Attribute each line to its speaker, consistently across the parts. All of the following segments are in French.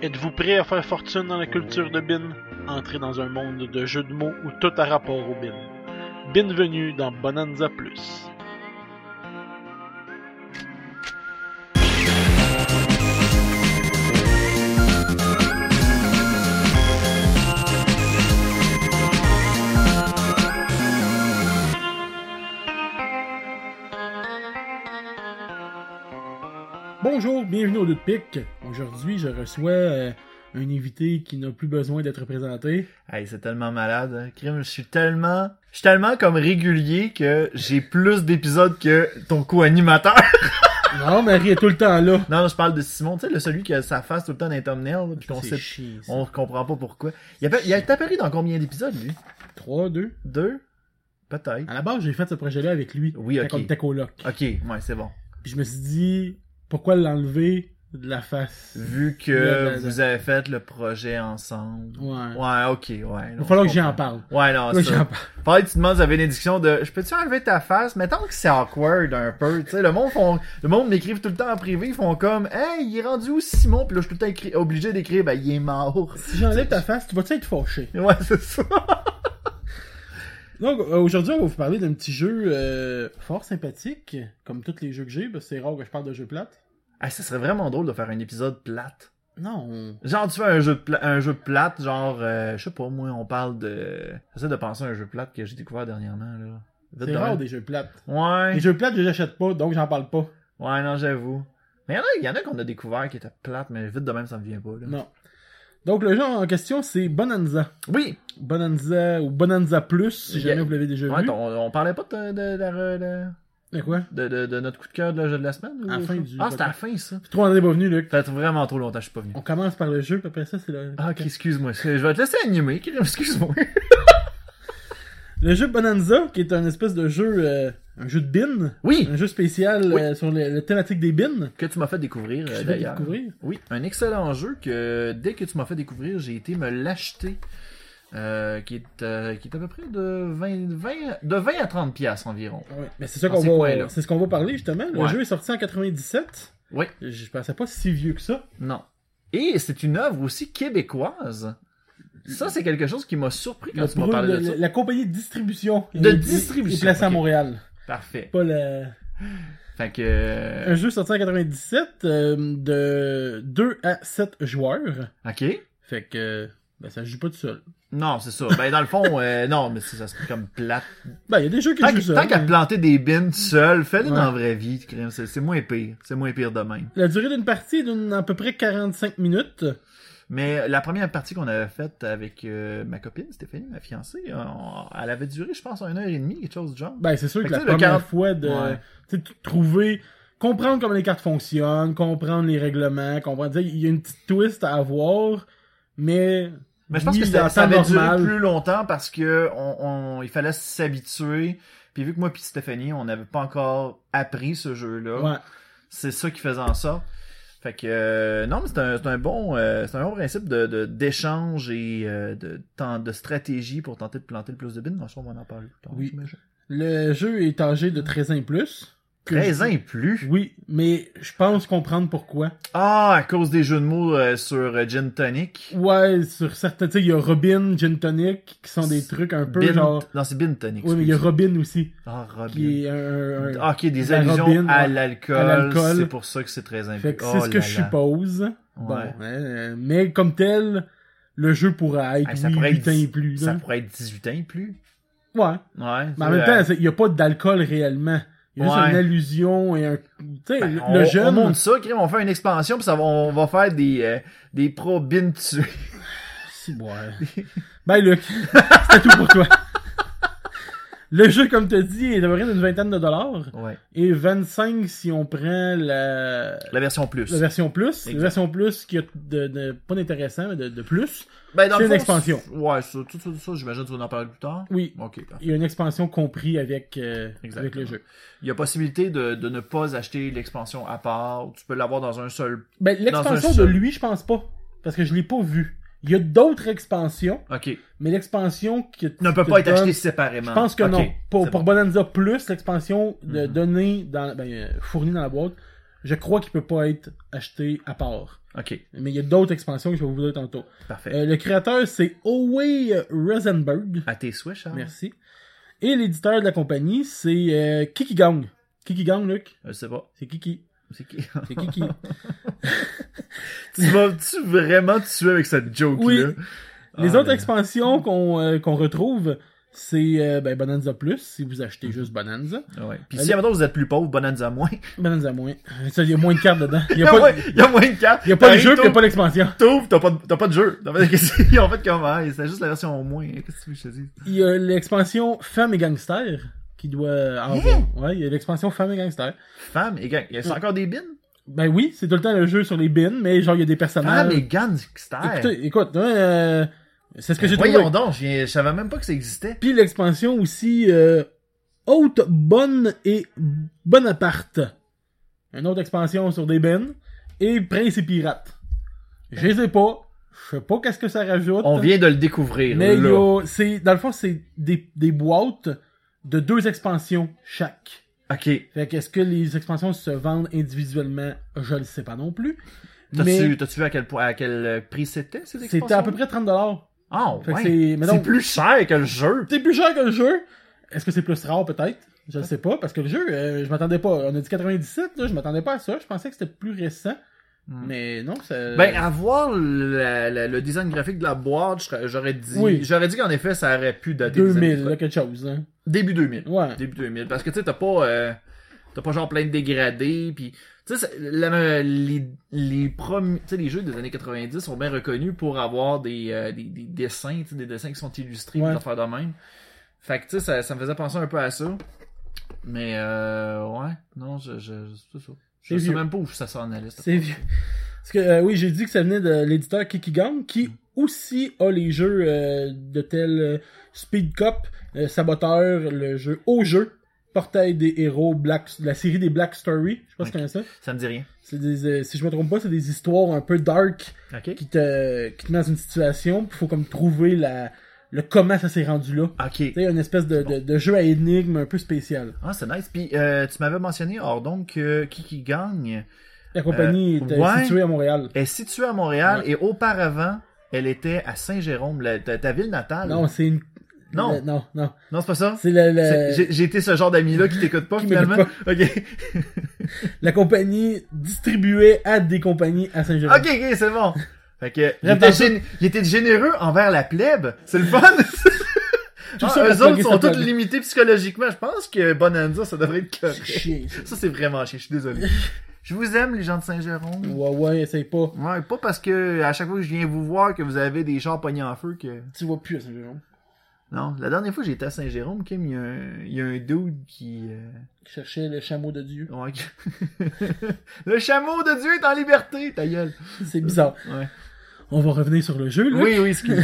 Speaker 1: Êtes-vous prêt à faire fortune dans la culture de Bin Entrez dans un monde de jeux de mots où tout a rapport au Bin. Bienvenue dans Bonanza Plus.
Speaker 2: Bonjour, bienvenue au Deux de Pique. Aujourd'hui, je reçois euh, un invité qui n'a plus besoin d'être présenté.
Speaker 3: Hey, c'est tellement malade. hein. Crime, je suis tellement, je suis tellement comme régulier que j'ai plus d'épisodes que ton co-animateur.
Speaker 2: Non, Marie est tout le temps là.
Speaker 3: non, non, je parle de Simon, tu sais, le celui qui a sa face tout le temps dans les thumbnails, là, puis qu'on
Speaker 2: C'est
Speaker 3: sait,
Speaker 2: chiant. ça.
Speaker 3: on comprend pas pourquoi. Il, a, il est apparu dans combien d'épisodes, lui?
Speaker 2: 3, 2.
Speaker 3: Deux? Peut-être.
Speaker 2: À la base, j'ai fait ce projet-là avec lui.
Speaker 3: Oui,
Speaker 2: Quand
Speaker 3: ok.
Speaker 2: on était coloc.
Speaker 3: Ok, ouais, c'est bon.
Speaker 2: Puis je me suis dit, pourquoi l'enlever de la face
Speaker 3: Vu que
Speaker 2: Là, là, là.
Speaker 3: vous avez fait le projet ensemble.
Speaker 2: Ouais. Ah,
Speaker 3: Ouais, ok, ouais.
Speaker 2: Il
Speaker 3: non,
Speaker 2: va falloir
Speaker 3: je
Speaker 2: que j'en
Speaker 3: comprends.
Speaker 2: parle.
Speaker 3: Ouais, non,
Speaker 2: Là,
Speaker 3: c'est
Speaker 2: j'en
Speaker 3: ça.
Speaker 2: parle.
Speaker 3: Pareil, tu demandes la bénédiction de je peux-tu enlever ta face? Mettons que c'est awkward un peu, tu sais. Le monde font, le monde m'écrive tout le temps en privé, ils font comme, hey, il est rendu où Simon? Puis là, je suis tout le temps écrit- obligé d'écrire, ben, il est mort.
Speaker 2: Si j'enlève ta face, tu vas-tu être fâché?
Speaker 3: Ouais, c'est ça.
Speaker 2: Donc, euh, aujourd'hui, on va vous parler d'un petit jeu euh, fort sympathique, comme tous les jeux que j'ai, parce que c'est rare que je parle de jeux plates.
Speaker 3: Ah, ça serait vraiment drôle de faire un épisode plate.
Speaker 2: Non.
Speaker 3: Genre, tu fais un jeu, de pla- un jeu de plate, genre, euh, je sais pas, moi, on parle de. J'essaie de penser à un jeu plate que j'ai découvert dernièrement, là. Vite
Speaker 2: C'est
Speaker 3: de
Speaker 2: rare
Speaker 3: même.
Speaker 2: des jeux plates.
Speaker 3: Ouais.
Speaker 2: Les jeux plates, je les achète pas, donc j'en parle pas.
Speaker 3: Ouais, non, j'avoue. Mais il y en a, y en a qu'on a découvert qui étaient plates, mais vite de même, ça me vient pas, là.
Speaker 2: Non. Donc le jeu en question, c'est Bonanza.
Speaker 3: Oui!
Speaker 2: Bonanza ou Bonanza Plus, si
Speaker 3: Yeah.
Speaker 2: jamais vous l'avez déjà
Speaker 3: Ouais,
Speaker 2: vu.
Speaker 3: ton- on, parlait pas de, de, de- de-
Speaker 2: Mais quoi?
Speaker 3: de- de- de notre coup de cœur de la jeu de la semaine? ou
Speaker 2: À la
Speaker 3: autre
Speaker 2: fin
Speaker 3: chose?
Speaker 2: du
Speaker 3: Ah, c'était à la
Speaker 2: podcast.
Speaker 3: fin, ça.
Speaker 2: Puis trois ans n'est pas venu, Luc.
Speaker 3: Ça fait vraiment trop longtemps que je suis pas venu.
Speaker 2: On commence par le jeu, puis après ça, c'est le...
Speaker 3: Ah, ok, excuse-moi. Je vais te laisser animer, Krim, excuse-moi.
Speaker 2: Le jeu Bonanza, qui est un espèce de jeu... euh, un jeu de bin.
Speaker 3: Oui!
Speaker 2: Un jeu spécial
Speaker 3: Oui.
Speaker 2: euh, sur le, la thématique des bins.
Speaker 3: Que tu m'as fait découvrir,
Speaker 2: Je
Speaker 3: euh,
Speaker 2: l'ai fait
Speaker 3: d'ailleurs.
Speaker 2: découvrir.
Speaker 3: Oui, un excellent jeu que dès que tu m'as fait découvrir, j'ai été me l'acheter. euh, qui, est, euh, qui est à peu près de 20, 20 de 20 à 30 piastres environ.
Speaker 2: Ouais. Mais c'est ça
Speaker 3: Ah,
Speaker 2: qu'on
Speaker 3: c'est
Speaker 2: va...
Speaker 3: quoi, là?
Speaker 2: c'est ce qu'on va parler, justement. Le
Speaker 3: Ouais.
Speaker 2: jeu est sorti en 97.
Speaker 3: Oui.
Speaker 2: Je pensais pas si vieux que ça.
Speaker 3: Non. Et c'est une œuvre aussi québécoise. Ça, c'est quelque chose qui m'a surpris quand
Speaker 2: Le
Speaker 3: tu m'as
Speaker 2: pro-
Speaker 3: parlé
Speaker 2: le-
Speaker 3: de ça.
Speaker 2: la compagnie de distribution.
Speaker 3: De
Speaker 2: est- est-
Speaker 3: distribution,
Speaker 2: Est placée à
Speaker 3: ok.
Speaker 2: Montréal.
Speaker 3: Parfait.
Speaker 2: Pas la...
Speaker 3: Fait que... euh,
Speaker 2: Un jeu sorti en 97 euh, de 2 à 7 joueurs.
Speaker 3: Ok.
Speaker 2: Fait que ben, ça se joue pas tout seul.
Speaker 3: Non, c'est ça. Ben, dans le fond, euh, non, mais c'est- ça serait comme plate.
Speaker 2: Ben, il y a des jeux qui
Speaker 3: Tant
Speaker 2: jouent
Speaker 3: qu'-
Speaker 2: seul.
Speaker 3: tant qu'à planter des bins tout seul, fais-le
Speaker 2: Ouais.
Speaker 3: dans la vraie vie, crème. C'est c'est moins pire. C'est moins pire de même.
Speaker 2: La durée d'une partie est d'une à peu près 45 minutes.
Speaker 3: Mais la première partie qu'on avait faite avec euh, ma copine, Stéphanie, ma fiancée, euh, on- elle avait duré, je pense, une heure et demie, quelque chose du genre.
Speaker 2: Ben, c'est sûr que
Speaker 3: Fait que
Speaker 2: la
Speaker 3: tu sais, le
Speaker 2: première
Speaker 3: quarante-
Speaker 2: fois de
Speaker 3: Ouais.
Speaker 2: tu sais, de trouver, comprendre comment les cartes fonctionnent, comprendre les règlements, comprendre. tu sais, Il y a une petite twist à avoir, mais.
Speaker 3: Mais je pense
Speaker 2: oui,
Speaker 3: que ça,
Speaker 2: dans
Speaker 3: ça
Speaker 2: le temps
Speaker 3: avait duré
Speaker 2: normal.
Speaker 3: plus longtemps parce que on, on- il fallait s'habituer. Puis vu que moi puis Stéphanie, on n'avait pas encore appris ce jeu-là,
Speaker 2: Ouais.
Speaker 3: c'est ça qui faisait en sorte. Fait que euh, non, mais c'est un, c'est un bon, euh, c'est un bon principe de de- d'échange et euh, de temps- de stratégie pour tenter de planter le plus de bins. Moi, je pense qu'on en parle plus tard.
Speaker 2: Oui.
Speaker 3: j'imagine.
Speaker 2: Le jeu est âgé de 13 ans et plus. Que-
Speaker 3: 13 ans et plus.
Speaker 2: Oui, mais je pense comprendre pourquoi.
Speaker 3: Ah, à cause des jeux de mots euh, sur euh, gin tonic.
Speaker 2: Ouais, sur certains. Tu sais, il y a Robin, Gin Tonic, qui sont des trucs un peu
Speaker 3: Bin-
Speaker 2: genre.
Speaker 3: Non, c'est bin tonic.
Speaker 2: Oui, mais il y a
Speaker 3: excuse.
Speaker 2: Robin aussi,
Speaker 3: Ah, Robin.
Speaker 2: qui est un. un-
Speaker 3: Ah, ok, des
Speaker 2: La
Speaker 3: allusions
Speaker 2: Robin,
Speaker 3: à
Speaker 2: ouais. À
Speaker 3: l'alcool.
Speaker 2: l'alcool.
Speaker 3: C'est pour ça que c'est très Oh important.
Speaker 2: Fait que c'est ce que je suppose. Bon, hein, euh, mais comme tel, le jeu pourrait être
Speaker 3: Ah, ça
Speaker 2: oui,
Speaker 3: pourrait être
Speaker 2: 8 ans et
Speaker 3: dix-
Speaker 2: plus.
Speaker 3: Ça
Speaker 2: là.
Speaker 3: pourrait être 18 ans et plus.
Speaker 2: Ouais.
Speaker 3: Ouais.
Speaker 2: Mais en même temps, c'est- il n'y a pas d'alcool réellement. Il y a
Speaker 3: Euh, Ouais.
Speaker 2: juste une allusion et un. Tu sais, le-
Speaker 3: Ben, on,
Speaker 2: le
Speaker 3: on
Speaker 2: jeune.
Speaker 3: monte ça, crime, on fait une expansion, puis ça va- on va faire des, euh, des pro bin dessus.
Speaker 2: Si, ouais. Bye, Ben, Luc. C'était tout pour toi. Le jeu, comme tu dit, est à peu près d'une vingtaine de dollars.
Speaker 3: Ouais.
Speaker 2: Et 25 si on prend la,
Speaker 3: La version plus.
Speaker 2: La version plus.
Speaker 3: Exact.
Speaker 2: La version plus qui a de, de- pas d'intéressant, mais de, de plus.
Speaker 3: Ben, dans
Speaker 2: c'est
Speaker 3: le
Speaker 2: une
Speaker 3: fond,
Speaker 2: expansion.
Speaker 3: c'est- Ouais, ça, tout ça, tout ça, j'imagine que tu vas en parler plus tard.
Speaker 2: Oui.
Speaker 3: Ok, parfait.
Speaker 2: Il y a une expansion compris avec, euh,
Speaker 3: Exactement.
Speaker 2: avec le jeu.
Speaker 3: Il y a possibilité de, de ne pas acheter l'expansion à part. Tu peux l'avoir dans un seul.
Speaker 2: Ben, l'expansion de
Speaker 3: seul.
Speaker 2: lui, je pense pas. Parce que je l'ai pas vu. Il y a d'autres expansions,
Speaker 3: Ok.
Speaker 2: mais l'expansion qui
Speaker 3: Ne peut
Speaker 2: te
Speaker 3: pas être
Speaker 2: donne-
Speaker 3: acheté séparément.
Speaker 2: Je pense que
Speaker 3: Ok,
Speaker 2: non. Pour,
Speaker 3: c'est
Speaker 2: pour Bonanza Plus, l'expansion de
Speaker 3: Mhm.
Speaker 2: donnée dans, ben, euh, fournie dans la boîte, je crois qu'il peut pas être acheté à part.
Speaker 3: Ok,
Speaker 2: Mais il y a d'autres expansions que je vais vous donner tantôt.
Speaker 3: parfait.
Speaker 2: Euh, le créateur, c'est Owe Rosenberg.
Speaker 3: À tes souhaits, Charles.
Speaker 2: Merci. Et l'éditeur de la compagnie, c'est euh, Kiki Gang. Kiki Gang, Luc.
Speaker 3: Je sais pas.
Speaker 2: C'est Kiki.
Speaker 3: C'est qui
Speaker 2: C'est Kiki.
Speaker 3: Tu m'as-tu vraiment tué avec cette joke-là
Speaker 2: Oui. Les
Speaker 3: Ah,
Speaker 2: autres
Speaker 3: là.
Speaker 2: expansions qu'on euh, qu'on retrouve, c'est euh, ben, Bonanza Plus, si vous
Speaker 3: Mhm.
Speaker 2: achetez juste Bonanza.
Speaker 3: Ouais. Puis
Speaker 2: Allez.
Speaker 3: si, maintenant vous êtes plus pauvre, Bonanza moins.
Speaker 2: Bonanza moins. Ça, il y a moins de cartes dedans. Il n'y
Speaker 3: Il
Speaker 2: a, pas-
Speaker 3: y a moins de cartes.
Speaker 2: il y a pas de
Speaker 3: T'arrives,
Speaker 2: jeu, puis il n'y a
Speaker 3: t'ouvres-
Speaker 2: pas d'expansion.
Speaker 3: T'ouvres, t'as pas, de- t'as pas de jeu. T'as pas de- qu'est-ce qu'ils ont fait comment hein? C'est juste la version au moins. Qu'est-ce que tu veux que je te dise
Speaker 2: Il y a l'expansion Femmes et Gangsters, qui doit
Speaker 3: Hein?
Speaker 2: avoir. Ouais, il y a l'expansion Femmes et Gangsters.
Speaker 3: Femme et gang. C'est
Speaker 2: Ouais.
Speaker 3: encore des bins
Speaker 2: Ben oui, c'est tout le temps le jeu sur les bins, mais genre, il y a des personnages.
Speaker 3: Femme et gangster.
Speaker 2: euh, Écoutez, écoute, hein, euh, c'est ce que j'ai trouvé.
Speaker 3: Ben Voyons donc, je viens- je savais même pas que ça existait.
Speaker 2: Puis l'expansion aussi, euh, Haute, Bonne et Bonaparte. Une autre expansion sur des bennes. Et Prince et Pirate. Je les ai pas. Je sais pas qu'est-ce que ça rajoute.
Speaker 3: Ben. On vient de le découvrir.
Speaker 2: mais il y
Speaker 3: là.
Speaker 2: a- c'est, dans le fond, c'est des, des boîtes de deux expansions chaque.
Speaker 3: Ok.
Speaker 2: Fait qu'est-ce que les expansions se vendent individuellement? Je le sais pas non plus.
Speaker 3: T'as-tu
Speaker 2: Mais
Speaker 3: t'as-tu vu à quel, point- à quel euh, prix c'était, ces
Speaker 2: c'était à peu
Speaker 3: expansions-là?
Speaker 2: près 30$.
Speaker 3: Ah,
Speaker 2: Fait que
Speaker 3: ouais.
Speaker 2: c'est- mais
Speaker 3: C'est
Speaker 2: donc-
Speaker 3: plus cher que le jeu.
Speaker 2: C'est plus cher que le jeu. Est-ce que c'est plus rare peut-être? Je ne sais pas, parce que le jeu, euh, je m'attendais pas. On a dit 97, là, je m'attendais pas à ça. Je pensais que c'était plus récent.
Speaker 3: Hmm.
Speaker 2: Mais non, ça.
Speaker 3: Ben, à voir la- la- le design graphique de la boîte, je serais- j'aurais dit,
Speaker 2: Oui.
Speaker 3: j'aurais dit qu'en effet, ça aurait pu dater des années
Speaker 2: 2000, là,
Speaker 3: 30.
Speaker 2: quelque chose. Hein.
Speaker 3: Début 2000.
Speaker 2: Ouais.
Speaker 3: Début 2000. Parce que, tu sais, t'as pas, euh, t'as pas genre plein de dégradés, puis tu sais, c'est- la- les, les premiers, tu sais, les jeux des années 90 sont bien reconnus pour avoir des, euh, des, des dessins, tu sais, des dessins qui sont illustrés,
Speaker 2: Ouais.
Speaker 3: pour faire de même. Fait que, tu sais, ça, ça me faisait penser un peu à ça. Mais, euh, ouais, non, je, je, c'est ça. Je
Speaker 2: C'est
Speaker 3: sais
Speaker 2: vieux.
Speaker 3: même pas où ça sort en liste.
Speaker 2: C'est vieux. Parce que, euh, oui, j'ai dit que ça venait de l'éditeur Kikigang, qui
Speaker 3: Mm.
Speaker 2: aussi a les jeux euh, de tels euh, Speed Cop, euh, Saboteur, le jeu Au jeu, Portail des héros, Black, la série des Black Story. Je sais pas si tu
Speaker 3: Ok.
Speaker 2: connais ça.
Speaker 3: Ça me dit rien.
Speaker 2: C'est des, euh, si je me trompe pas, c'est des histoires un peu dark.
Speaker 3: Ok.
Speaker 2: qui te, qui te met dans une situation, puis faut comme trouver la, le comment ça s'est rendu là.
Speaker 3: Ok.
Speaker 2: Tu sais, une espèce de, de, de jeu à énigme un peu spécial.
Speaker 3: Ah, c'est nice. Puis, euh, tu m'avais mentionné, or donc, euh, qui qui gagne
Speaker 2: La compagnie
Speaker 3: Euh,
Speaker 2: était
Speaker 3: ouais.
Speaker 2: située à Montréal.
Speaker 3: est située à Montréal et auparavant, elle était à Saint-Jérôme, la- ta, ta ville natale.
Speaker 2: Non, c'est une.
Speaker 3: Ah. Non.
Speaker 2: le- non, non.
Speaker 3: Non, c'est pas ça?
Speaker 2: C'est la,
Speaker 3: C'est-
Speaker 2: la,
Speaker 3: J'ai j'ai été ce genre d'ami-là qui t'écoute pas
Speaker 2: Qui
Speaker 3: finalement.
Speaker 2: m'écoute
Speaker 3: Ok.
Speaker 2: la compagnie distribuait à des compagnies à Saint-Germain.
Speaker 3: Ok, ok, c'est bon. Fait que, il
Speaker 2: Bref,
Speaker 3: était,
Speaker 2: dans ça-
Speaker 3: gén- il était généreux envers la plèbe. C'est le fun.
Speaker 2: Tout ça pour
Speaker 3: Ah, eux autres
Speaker 2: plugger
Speaker 3: sont
Speaker 2: cette
Speaker 3: tous
Speaker 2: plug.
Speaker 3: limités psychologiquement. Je pense que Bonanza, ça devrait être
Speaker 2: C'est
Speaker 3: correct.
Speaker 2: chiant. ça.
Speaker 3: Ça, c'est vraiment chier. Je suis désolé. Je vous aime, les gens de Saint-Jérôme.
Speaker 2: Ouais, ouais, essaye pas.
Speaker 3: Ouais, pas parce que à chaque fois que je viens vous voir que vous avez des chars pognés en feu que.
Speaker 2: Tu vois plus à Saint-Germain.
Speaker 3: Non, la dernière fois que j'étais à Saint-Jérôme, Kim, il y a un, il y a un dude qui. euh,
Speaker 2: Qui cherchait le chameau de Dieu.
Speaker 3: ouais, qui- le chameau de Dieu est en liberté, ta gueule.
Speaker 2: C'est bizarre.
Speaker 3: Ouais.
Speaker 2: On va revenir sur le jeu, là.
Speaker 3: Oui, oui, excuse.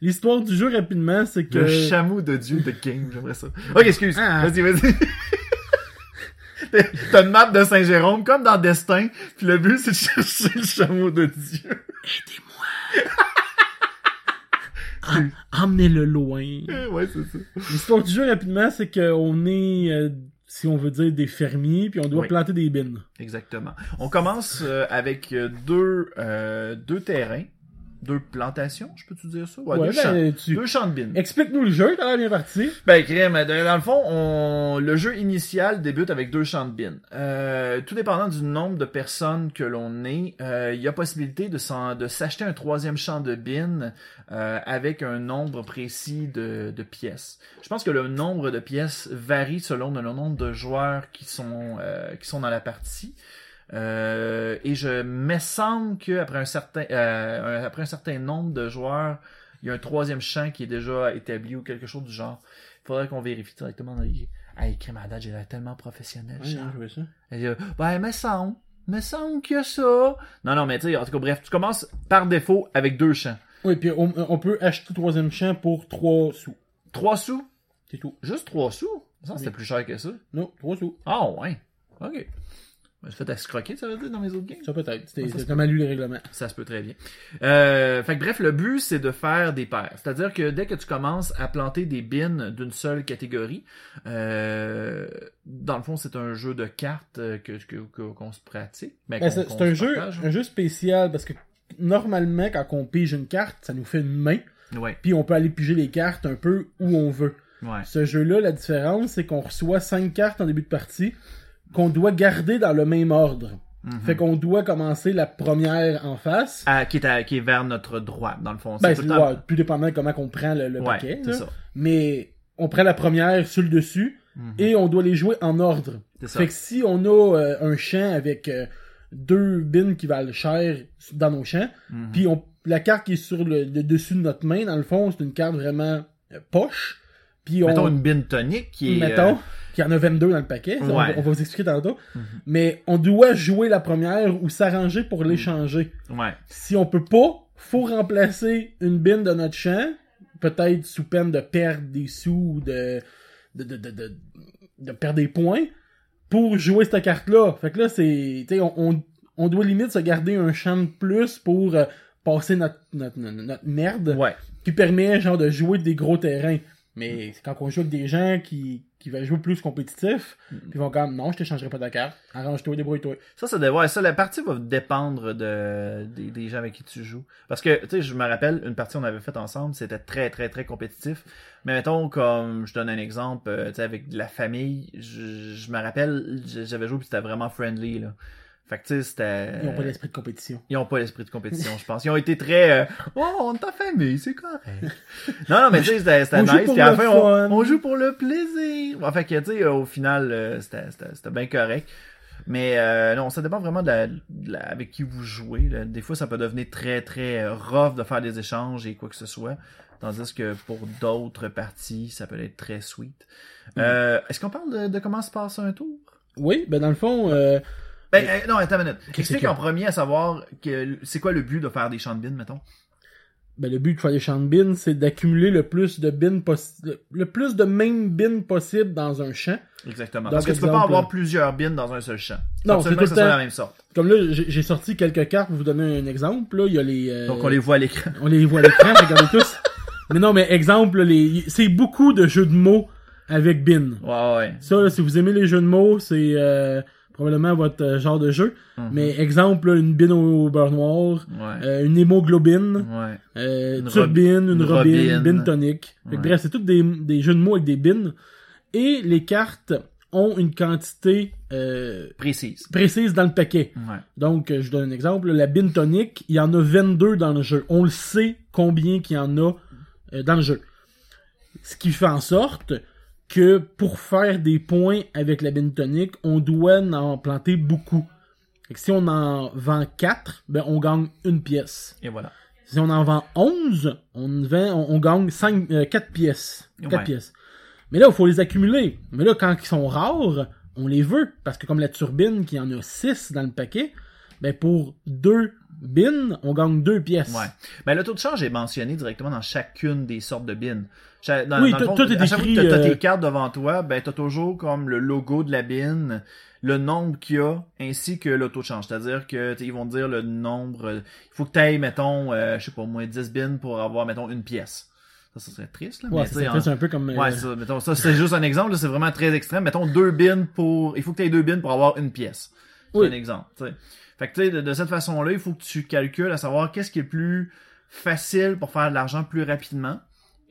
Speaker 2: L'histoire du jeu, rapidement, c'est que...
Speaker 3: le chameau de Dieu de King, j'aimerais ça. Ok, excuse.
Speaker 2: Euh. Ah.
Speaker 3: Vas-y, vas-y. T'as- T'as une map de Saint-Jérôme comme dans Destin, puis le but c'est de chercher le chameau de Dieu.
Speaker 2: Emmenez-le loin.
Speaker 3: ouais, c'est ça.
Speaker 2: L'histoire du jeu, rapidement, c'est qu'on est, euh, si on veut dire, des fermiers, puis on doit
Speaker 3: Oui.
Speaker 2: planter des bines.
Speaker 3: Exactement. On commence euh, avec euh, deux, euh, deux terrains, deux plantations, je peux-tu dire ça? Ouais,
Speaker 2: Ouais,
Speaker 3: deux,
Speaker 2: ben,
Speaker 3: champs,
Speaker 2: tu-
Speaker 3: deux champs de bines.
Speaker 2: Explique-nous le jeu, t'as l'air bien parti.
Speaker 3: Ben, crème, euh, dans le fond, on... le jeu initial débute avec deux champs de bines. Euh, tout dépendant du nombre de personnes que l'on est, euh, il y a possibilité de s'en- de s'acheter un troisième champ de bines euh, avec un nombre précis de, de pièces. Je pense que le nombre de pièces varie selon le nombre de joueurs qui sont, euh, qui sont dans la partie. Euh, et je me semble qu'après un certain euh, un- après un certain nombre de joueurs, il y a un troisième champ qui est déjà établi ou quelque chose du genre. Faudrait qu'on vérifie directement dans les. Hey, crème à date, j'ai l'air tellement professionnel, Charles. Elle dit, ben, me semble, me semble que ça. Non, non, mais tu sais, en tout cas, bref, tu commences par défaut avec deux champs.
Speaker 2: Oui, puis on, on peut acheter le troisième champ pour 3 sous.
Speaker 3: Trois sous,
Speaker 2: C'est tout.
Speaker 3: juste trois sous. Ça, c'était plus cher que ça.
Speaker 2: Non, 3 sous.
Speaker 3: Ah, ouais. Ok. Je me suis fait escroquer, ça veut dire, dans mes autres games.
Speaker 2: Ça peut-être.
Speaker 3: Ah,
Speaker 2: C'était
Speaker 3: ça se
Speaker 2: comment lu les règlements.
Speaker 3: Ça se peut très bien. Euh, fait que bref, le but, c'est de faire des paires. C'est-à-dire que dès que tu commences à planter des bins d'une seule catégorie, euh, dans le fond, c'est un jeu de cartes euh, que, que- que- qu'on se pratique. mais
Speaker 2: Ben,
Speaker 3: qu'on-
Speaker 2: c'est
Speaker 3: qu'on
Speaker 2: c'est un
Speaker 3: se
Speaker 2: jeu,
Speaker 3: partage.
Speaker 2: un jeu spécial parce que normalement, quand on pige une carte, ça nous fait une main,
Speaker 3: Ouais,
Speaker 2: puis on peut aller piger les cartes un peu où on veut.
Speaker 3: ouais.
Speaker 2: Ce jeu-là, la différence, c'est qu'on reçoit cinq cartes en début de partie qu'on doit garder dans le même ordre.
Speaker 3: Mhm.
Speaker 2: Fait qu'on doit commencer la première en face.
Speaker 3: Ah, qui, est à- qui est vers notre droite, dans le fond.
Speaker 2: ben,
Speaker 3: tout
Speaker 2: c'est
Speaker 3: le temps-
Speaker 2: ouais, plus dépendant de comment on prend le, le
Speaker 3: Ouais,
Speaker 2: paquet.
Speaker 3: c'est
Speaker 2: là.
Speaker 3: ça.
Speaker 2: Mais on prend la première sur le dessus
Speaker 3: Mhm.
Speaker 2: et on doit les jouer en ordre.
Speaker 3: C'est ça.
Speaker 2: Fait que si on a euh, un champ avec euh, deux bins qui valent cher dans nos champs,
Speaker 3: Mhm.
Speaker 2: puis on, la carte qui est sur le, le dessus de notre main, dans le fond, c'est une carte vraiment euh, poche. Puis on,
Speaker 3: Mettons une bine tonique qui est...
Speaker 2: mettons,
Speaker 3: euh,
Speaker 2: qu'il y en a 22 dans le paquet. ça, on va-
Speaker 3: Ouais.
Speaker 2: On, va vous expliquer tantôt.
Speaker 3: Mhm.
Speaker 2: Mais on doit jouer la première ou s'arranger
Speaker 3: Mm.
Speaker 2: pour l'échanger.
Speaker 3: euh, Ouais.
Speaker 2: Si on peut pas, faut remplacer une bine de notre champ, peut-être sous peine de perdre des sous ou de, de, de, de, de- de perdre des points, pour jouer cette carte-là. Fait que là, c'est, tu sais, on, on, on doit limite se garder un champ de plus pour euh, passer notre, notre, notre- notre merde,
Speaker 3: Ouais.
Speaker 2: qui permet, genre, de jouer des gros terrains. Mais quand on joue avec des gens qui, qui veulent jouer plus compétitif, ils vont comme, non, je t'échangerai pas ta carte, arrange-toi, débrouille-toi.
Speaker 3: Ça, ça devrait. Ça, la partie va dépendre de, des, des gens avec qui tu joues. Parce que, tu sais, je me rappelle, une partie on avait faite ensemble, c'était très, très, très compétitif. Mais mettons, comme, je donne un exemple, euh, tu sais, avec de la famille, je, je me rappelle, j- j'avais joué puis c'était vraiment friendly, là. Fait que, tu sais, c'était.
Speaker 2: Ils ont pas l'esprit de compétition.
Speaker 3: Ils ont pas l'esprit de compétition, je pense. Ils ont été très. euh, oh, on est en famille, c'est correct. non, non, mais tu sais, c'était c'était
Speaker 2: On joue
Speaker 3: nice.
Speaker 2: pour
Speaker 3: Puis à la
Speaker 2: le
Speaker 3: fin, on,
Speaker 2: fun.
Speaker 3: on joue pour le plaisir. Bon, fait que, tu sais, euh, au final, euh, c'était- c'était c'était bien correct. Mais euh, non, ça dépend vraiment de la, de la- avec qui vous jouez. là. Des fois, ça peut devenir très, très euh, rough de faire des échanges et quoi que ce soit. Tandis que pour d'autres parties, ça peut être très sweet.
Speaker 2: Mm.
Speaker 3: Euh, Est-ce qu'on parle de, de comment se passe un tour?
Speaker 2: Oui, ben dans le fond, euh,
Speaker 3: Ben, euh, non, attends une minute.
Speaker 2: Qu'est-ce
Speaker 3: Explique
Speaker 2: que-
Speaker 3: en premier à savoir que c'est quoi le but de faire des champs de bines, mettons.
Speaker 2: ben, le but de faire des champs de bins, c'est d'accumuler le plus de bins possi- le- le plus de mêmes bins possible dans un champ.
Speaker 3: Exactement.
Speaker 2: Donc,
Speaker 3: Parce que tu peux pas
Speaker 2: exemple,
Speaker 3: avoir
Speaker 2: euh,
Speaker 3: plusieurs bins dans un seul champ.
Speaker 2: Non,
Speaker 3: Absolument
Speaker 2: c'est
Speaker 3: que
Speaker 2: tout
Speaker 3: ça
Speaker 2: le
Speaker 3: soit
Speaker 2: temps-
Speaker 3: la même sorte.
Speaker 2: Comme là, j'ai j'ai sorti quelques cartes pour vous donner un exemple. Là, il y a les, euh,
Speaker 3: Donc on les voit à l'écran.
Speaker 2: on les voit à l'écran, regardez tous. Mais non, mais exemple, là, les, c'est beaucoup de jeux de mots avec bin.
Speaker 3: Ouais, ouais.
Speaker 2: Ça, là, si vous aimez les jeux de mots, c'est euh, probablement votre euh, genre de jeu.
Speaker 3: Mhm.
Speaker 2: Mais exemple, là, une bin au beurre noir,
Speaker 3: Ouais.
Speaker 2: euh, une hémoglobine.
Speaker 3: Ouais.
Speaker 2: Euh,
Speaker 3: Une
Speaker 2: turbine, une
Speaker 3: une
Speaker 2: robine,
Speaker 3: robine.
Speaker 2: bin tonic. Fait que
Speaker 3: Ouais.
Speaker 2: Bref, c'est tous des, des jeux de mots avec des bins. Et les cartes ont une quantité euh,
Speaker 3: Précise.
Speaker 2: précise dans le paquet.
Speaker 3: Ouais.
Speaker 2: Donc, euh, je vous donne un exemple. La bin tonic, il y en a 22 dans le jeu. On le sait combien qu'il y en a euh, dans le jeu. Ce qui fait en sorte que pour faire des points avec la bin tonic, on doit en planter beaucoup. Fait que si on en vend 4, ben on gagne une pièce.
Speaker 3: Et voilà.
Speaker 2: Si on en vend 11, on, vend, on, on gagne 5, 4 pièces. Quatre
Speaker 3: Ouais.
Speaker 2: pièces. Mais là, il faut les accumuler. Mais là, quand ils sont rares, on les veut. Parce que comme la turbine, qui en a 6 dans le paquet, ben pour 2 bins, on gagne 2 pièces.
Speaker 3: Ouais. Ben le taux de change est mentionné directement dans chacune des sortes de bins. Cha- Dans,
Speaker 2: Oui,
Speaker 3: dans le
Speaker 2: tout-
Speaker 3: fond,
Speaker 2: tout est
Speaker 3: à chaque fois
Speaker 2: écrit,
Speaker 3: que t'as- t'as
Speaker 2: euh,
Speaker 3: tes cartes devant toi, ben t'as toujours comme le logo de la bin, le nombre qu'il y a, ainsi que le taux de change. C'est-à-dire que t'sais, ils vont te dire le nombre. euh, Il faut que t'ailles, mettons, euh, je sais pas, moins 10 bins pour avoir, mettons, une pièce. Ça, ça serait triste, là.
Speaker 2: Ouais,
Speaker 3: mais
Speaker 2: ça,
Speaker 3: t'sais,
Speaker 2: ça
Speaker 3: en-
Speaker 2: fait un peu comme... euh,
Speaker 3: Ouais, ça, mettons, ça c'est juste un exemple, là, c'est vraiment très extrême. Mettons deux bins pour. Il faut que tu aies deux bins pour avoir une pièce. C'est
Speaker 2: Oui.
Speaker 3: un exemple. tu sais. Fait que tu sais, de, de cette façon-là, il faut que tu calcules à savoir qu'est-ce qui est le plus facile pour faire de l'argent plus rapidement.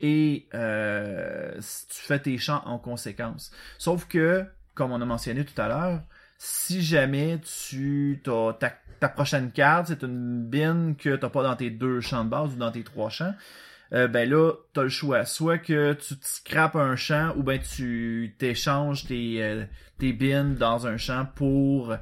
Speaker 3: Et euh, si tu fais tes champs en conséquence. Sauf que, comme on a mentionné tout à l'heure, si jamais tu t'as- ta, ta prochaine carte, c'est une bin que t'as pas dans tes deux champs de base ou dans tes trois champs, euh, ben là, t'as le choix. Soit que tu te scrapes un champ ou ben tu t'échanges tes, euh, tes bins dans un champ pour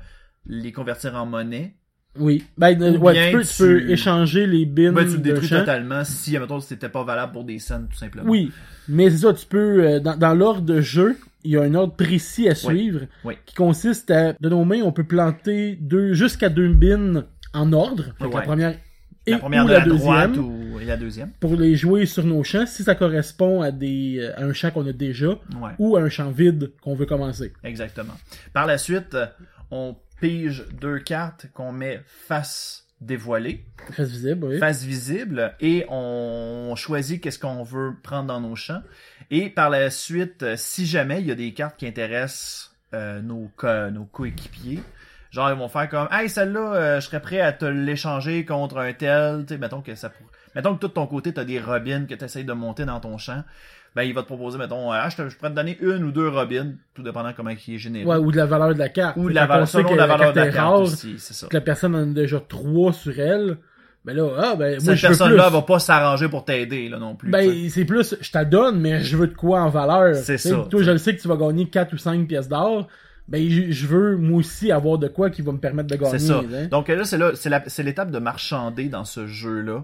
Speaker 3: les convertir en monnaie.
Speaker 2: Oui. Ben, euh,
Speaker 3: Ou
Speaker 2: ouais,
Speaker 3: bien
Speaker 2: tu, peux, tu
Speaker 3: tu-
Speaker 2: peux échanger les bins
Speaker 3: Ou ben tu le
Speaker 2: de
Speaker 3: détruis
Speaker 2: champ.
Speaker 3: totalement si, admettons, c'était pas valable pour des scènes, tout simplement.
Speaker 2: Oui, mais c'est ça, tu peux, euh, dans, dans l'ordre de jeu, il y a un ordre précis à suivre
Speaker 3: oui.
Speaker 2: qui consiste à, de nos mains, on peut planter deux, jusqu'à deux bins en ordre, Fait que la
Speaker 3: Ouais.
Speaker 2: première et
Speaker 3: La première
Speaker 2: ou
Speaker 3: de
Speaker 2: la,
Speaker 3: la
Speaker 2: deuxième,
Speaker 3: droite ou et la deuxième.
Speaker 2: pour les jouer sur nos champs, si ça correspond à, des, euh, à un champ qu'on a déjà
Speaker 3: Ouais.
Speaker 2: ou à un champ vide qu'on veut commencer.
Speaker 3: Exactement. Par la suite, euh, on pige deux cartes qu'on met face dévoilée,
Speaker 2: Reste visible, oui.
Speaker 3: face visible, et on choisit qu'est-ce qu'on veut prendre dans nos champs. Et par la suite, euh, si jamais il y a des cartes qui intéressent euh, nos, co- nos coéquipiers, genre ils vont faire comme Hey, celle-là, euh, je serais prêt à te l'échanger contre un tel, tu sais, mettons que ça pour- Mettons que tout de ton côté, t'as des robines que tu de monter dans ton champ. Ben, il va te proposer, mettons, ah, je, te- je pourrais te donner une ou deux robines, tout dépendant comment il est généré.
Speaker 2: Ouais, ou de la valeur de la carte.
Speaker 3: ou de
Speaker 2: Fait
Speaker 3: la
Speaker 2: quand on
Speaker 3: valeur,
Speaker 2: sait
Speaker 3: selon
Speaker 2: que
Speaker 3: la valeur de la
Speaker 2: est
Speaker 3: carte
Speaker 2: rare,
Speaker 3: aussi, c'est ça.
Speaker 2: que la personne en a déjà trois sur elle, ben là, ah, ben, moi,
Speaker 3: cette
Speaker 2: je veux plus.
Speaker 3: personne-là va pas s'arranger pour t'aider là non plus. t'sais.
Speaker 2: Ben, c'est plus, je t'adonne, mais je veux de quoi en valeur.
Speaker 3: C'est
Speaker 2: Tu sais,
Speaker 3: ça,
Speaker 2: Toi, je le sais que tu vas gagner 4 ou 5 pièces d'or. Ben, je je veux, moi aussi, avoir de quoi qui va me permettre de
Speaker 3: c'est
Speaker 2: gagner.
Speaker 3: ça.
Speaker 2: hein.
Speaker 3: Donc euh, là, c'est là, c'est la- c'est l'étape de marchander dans ce jeu-là.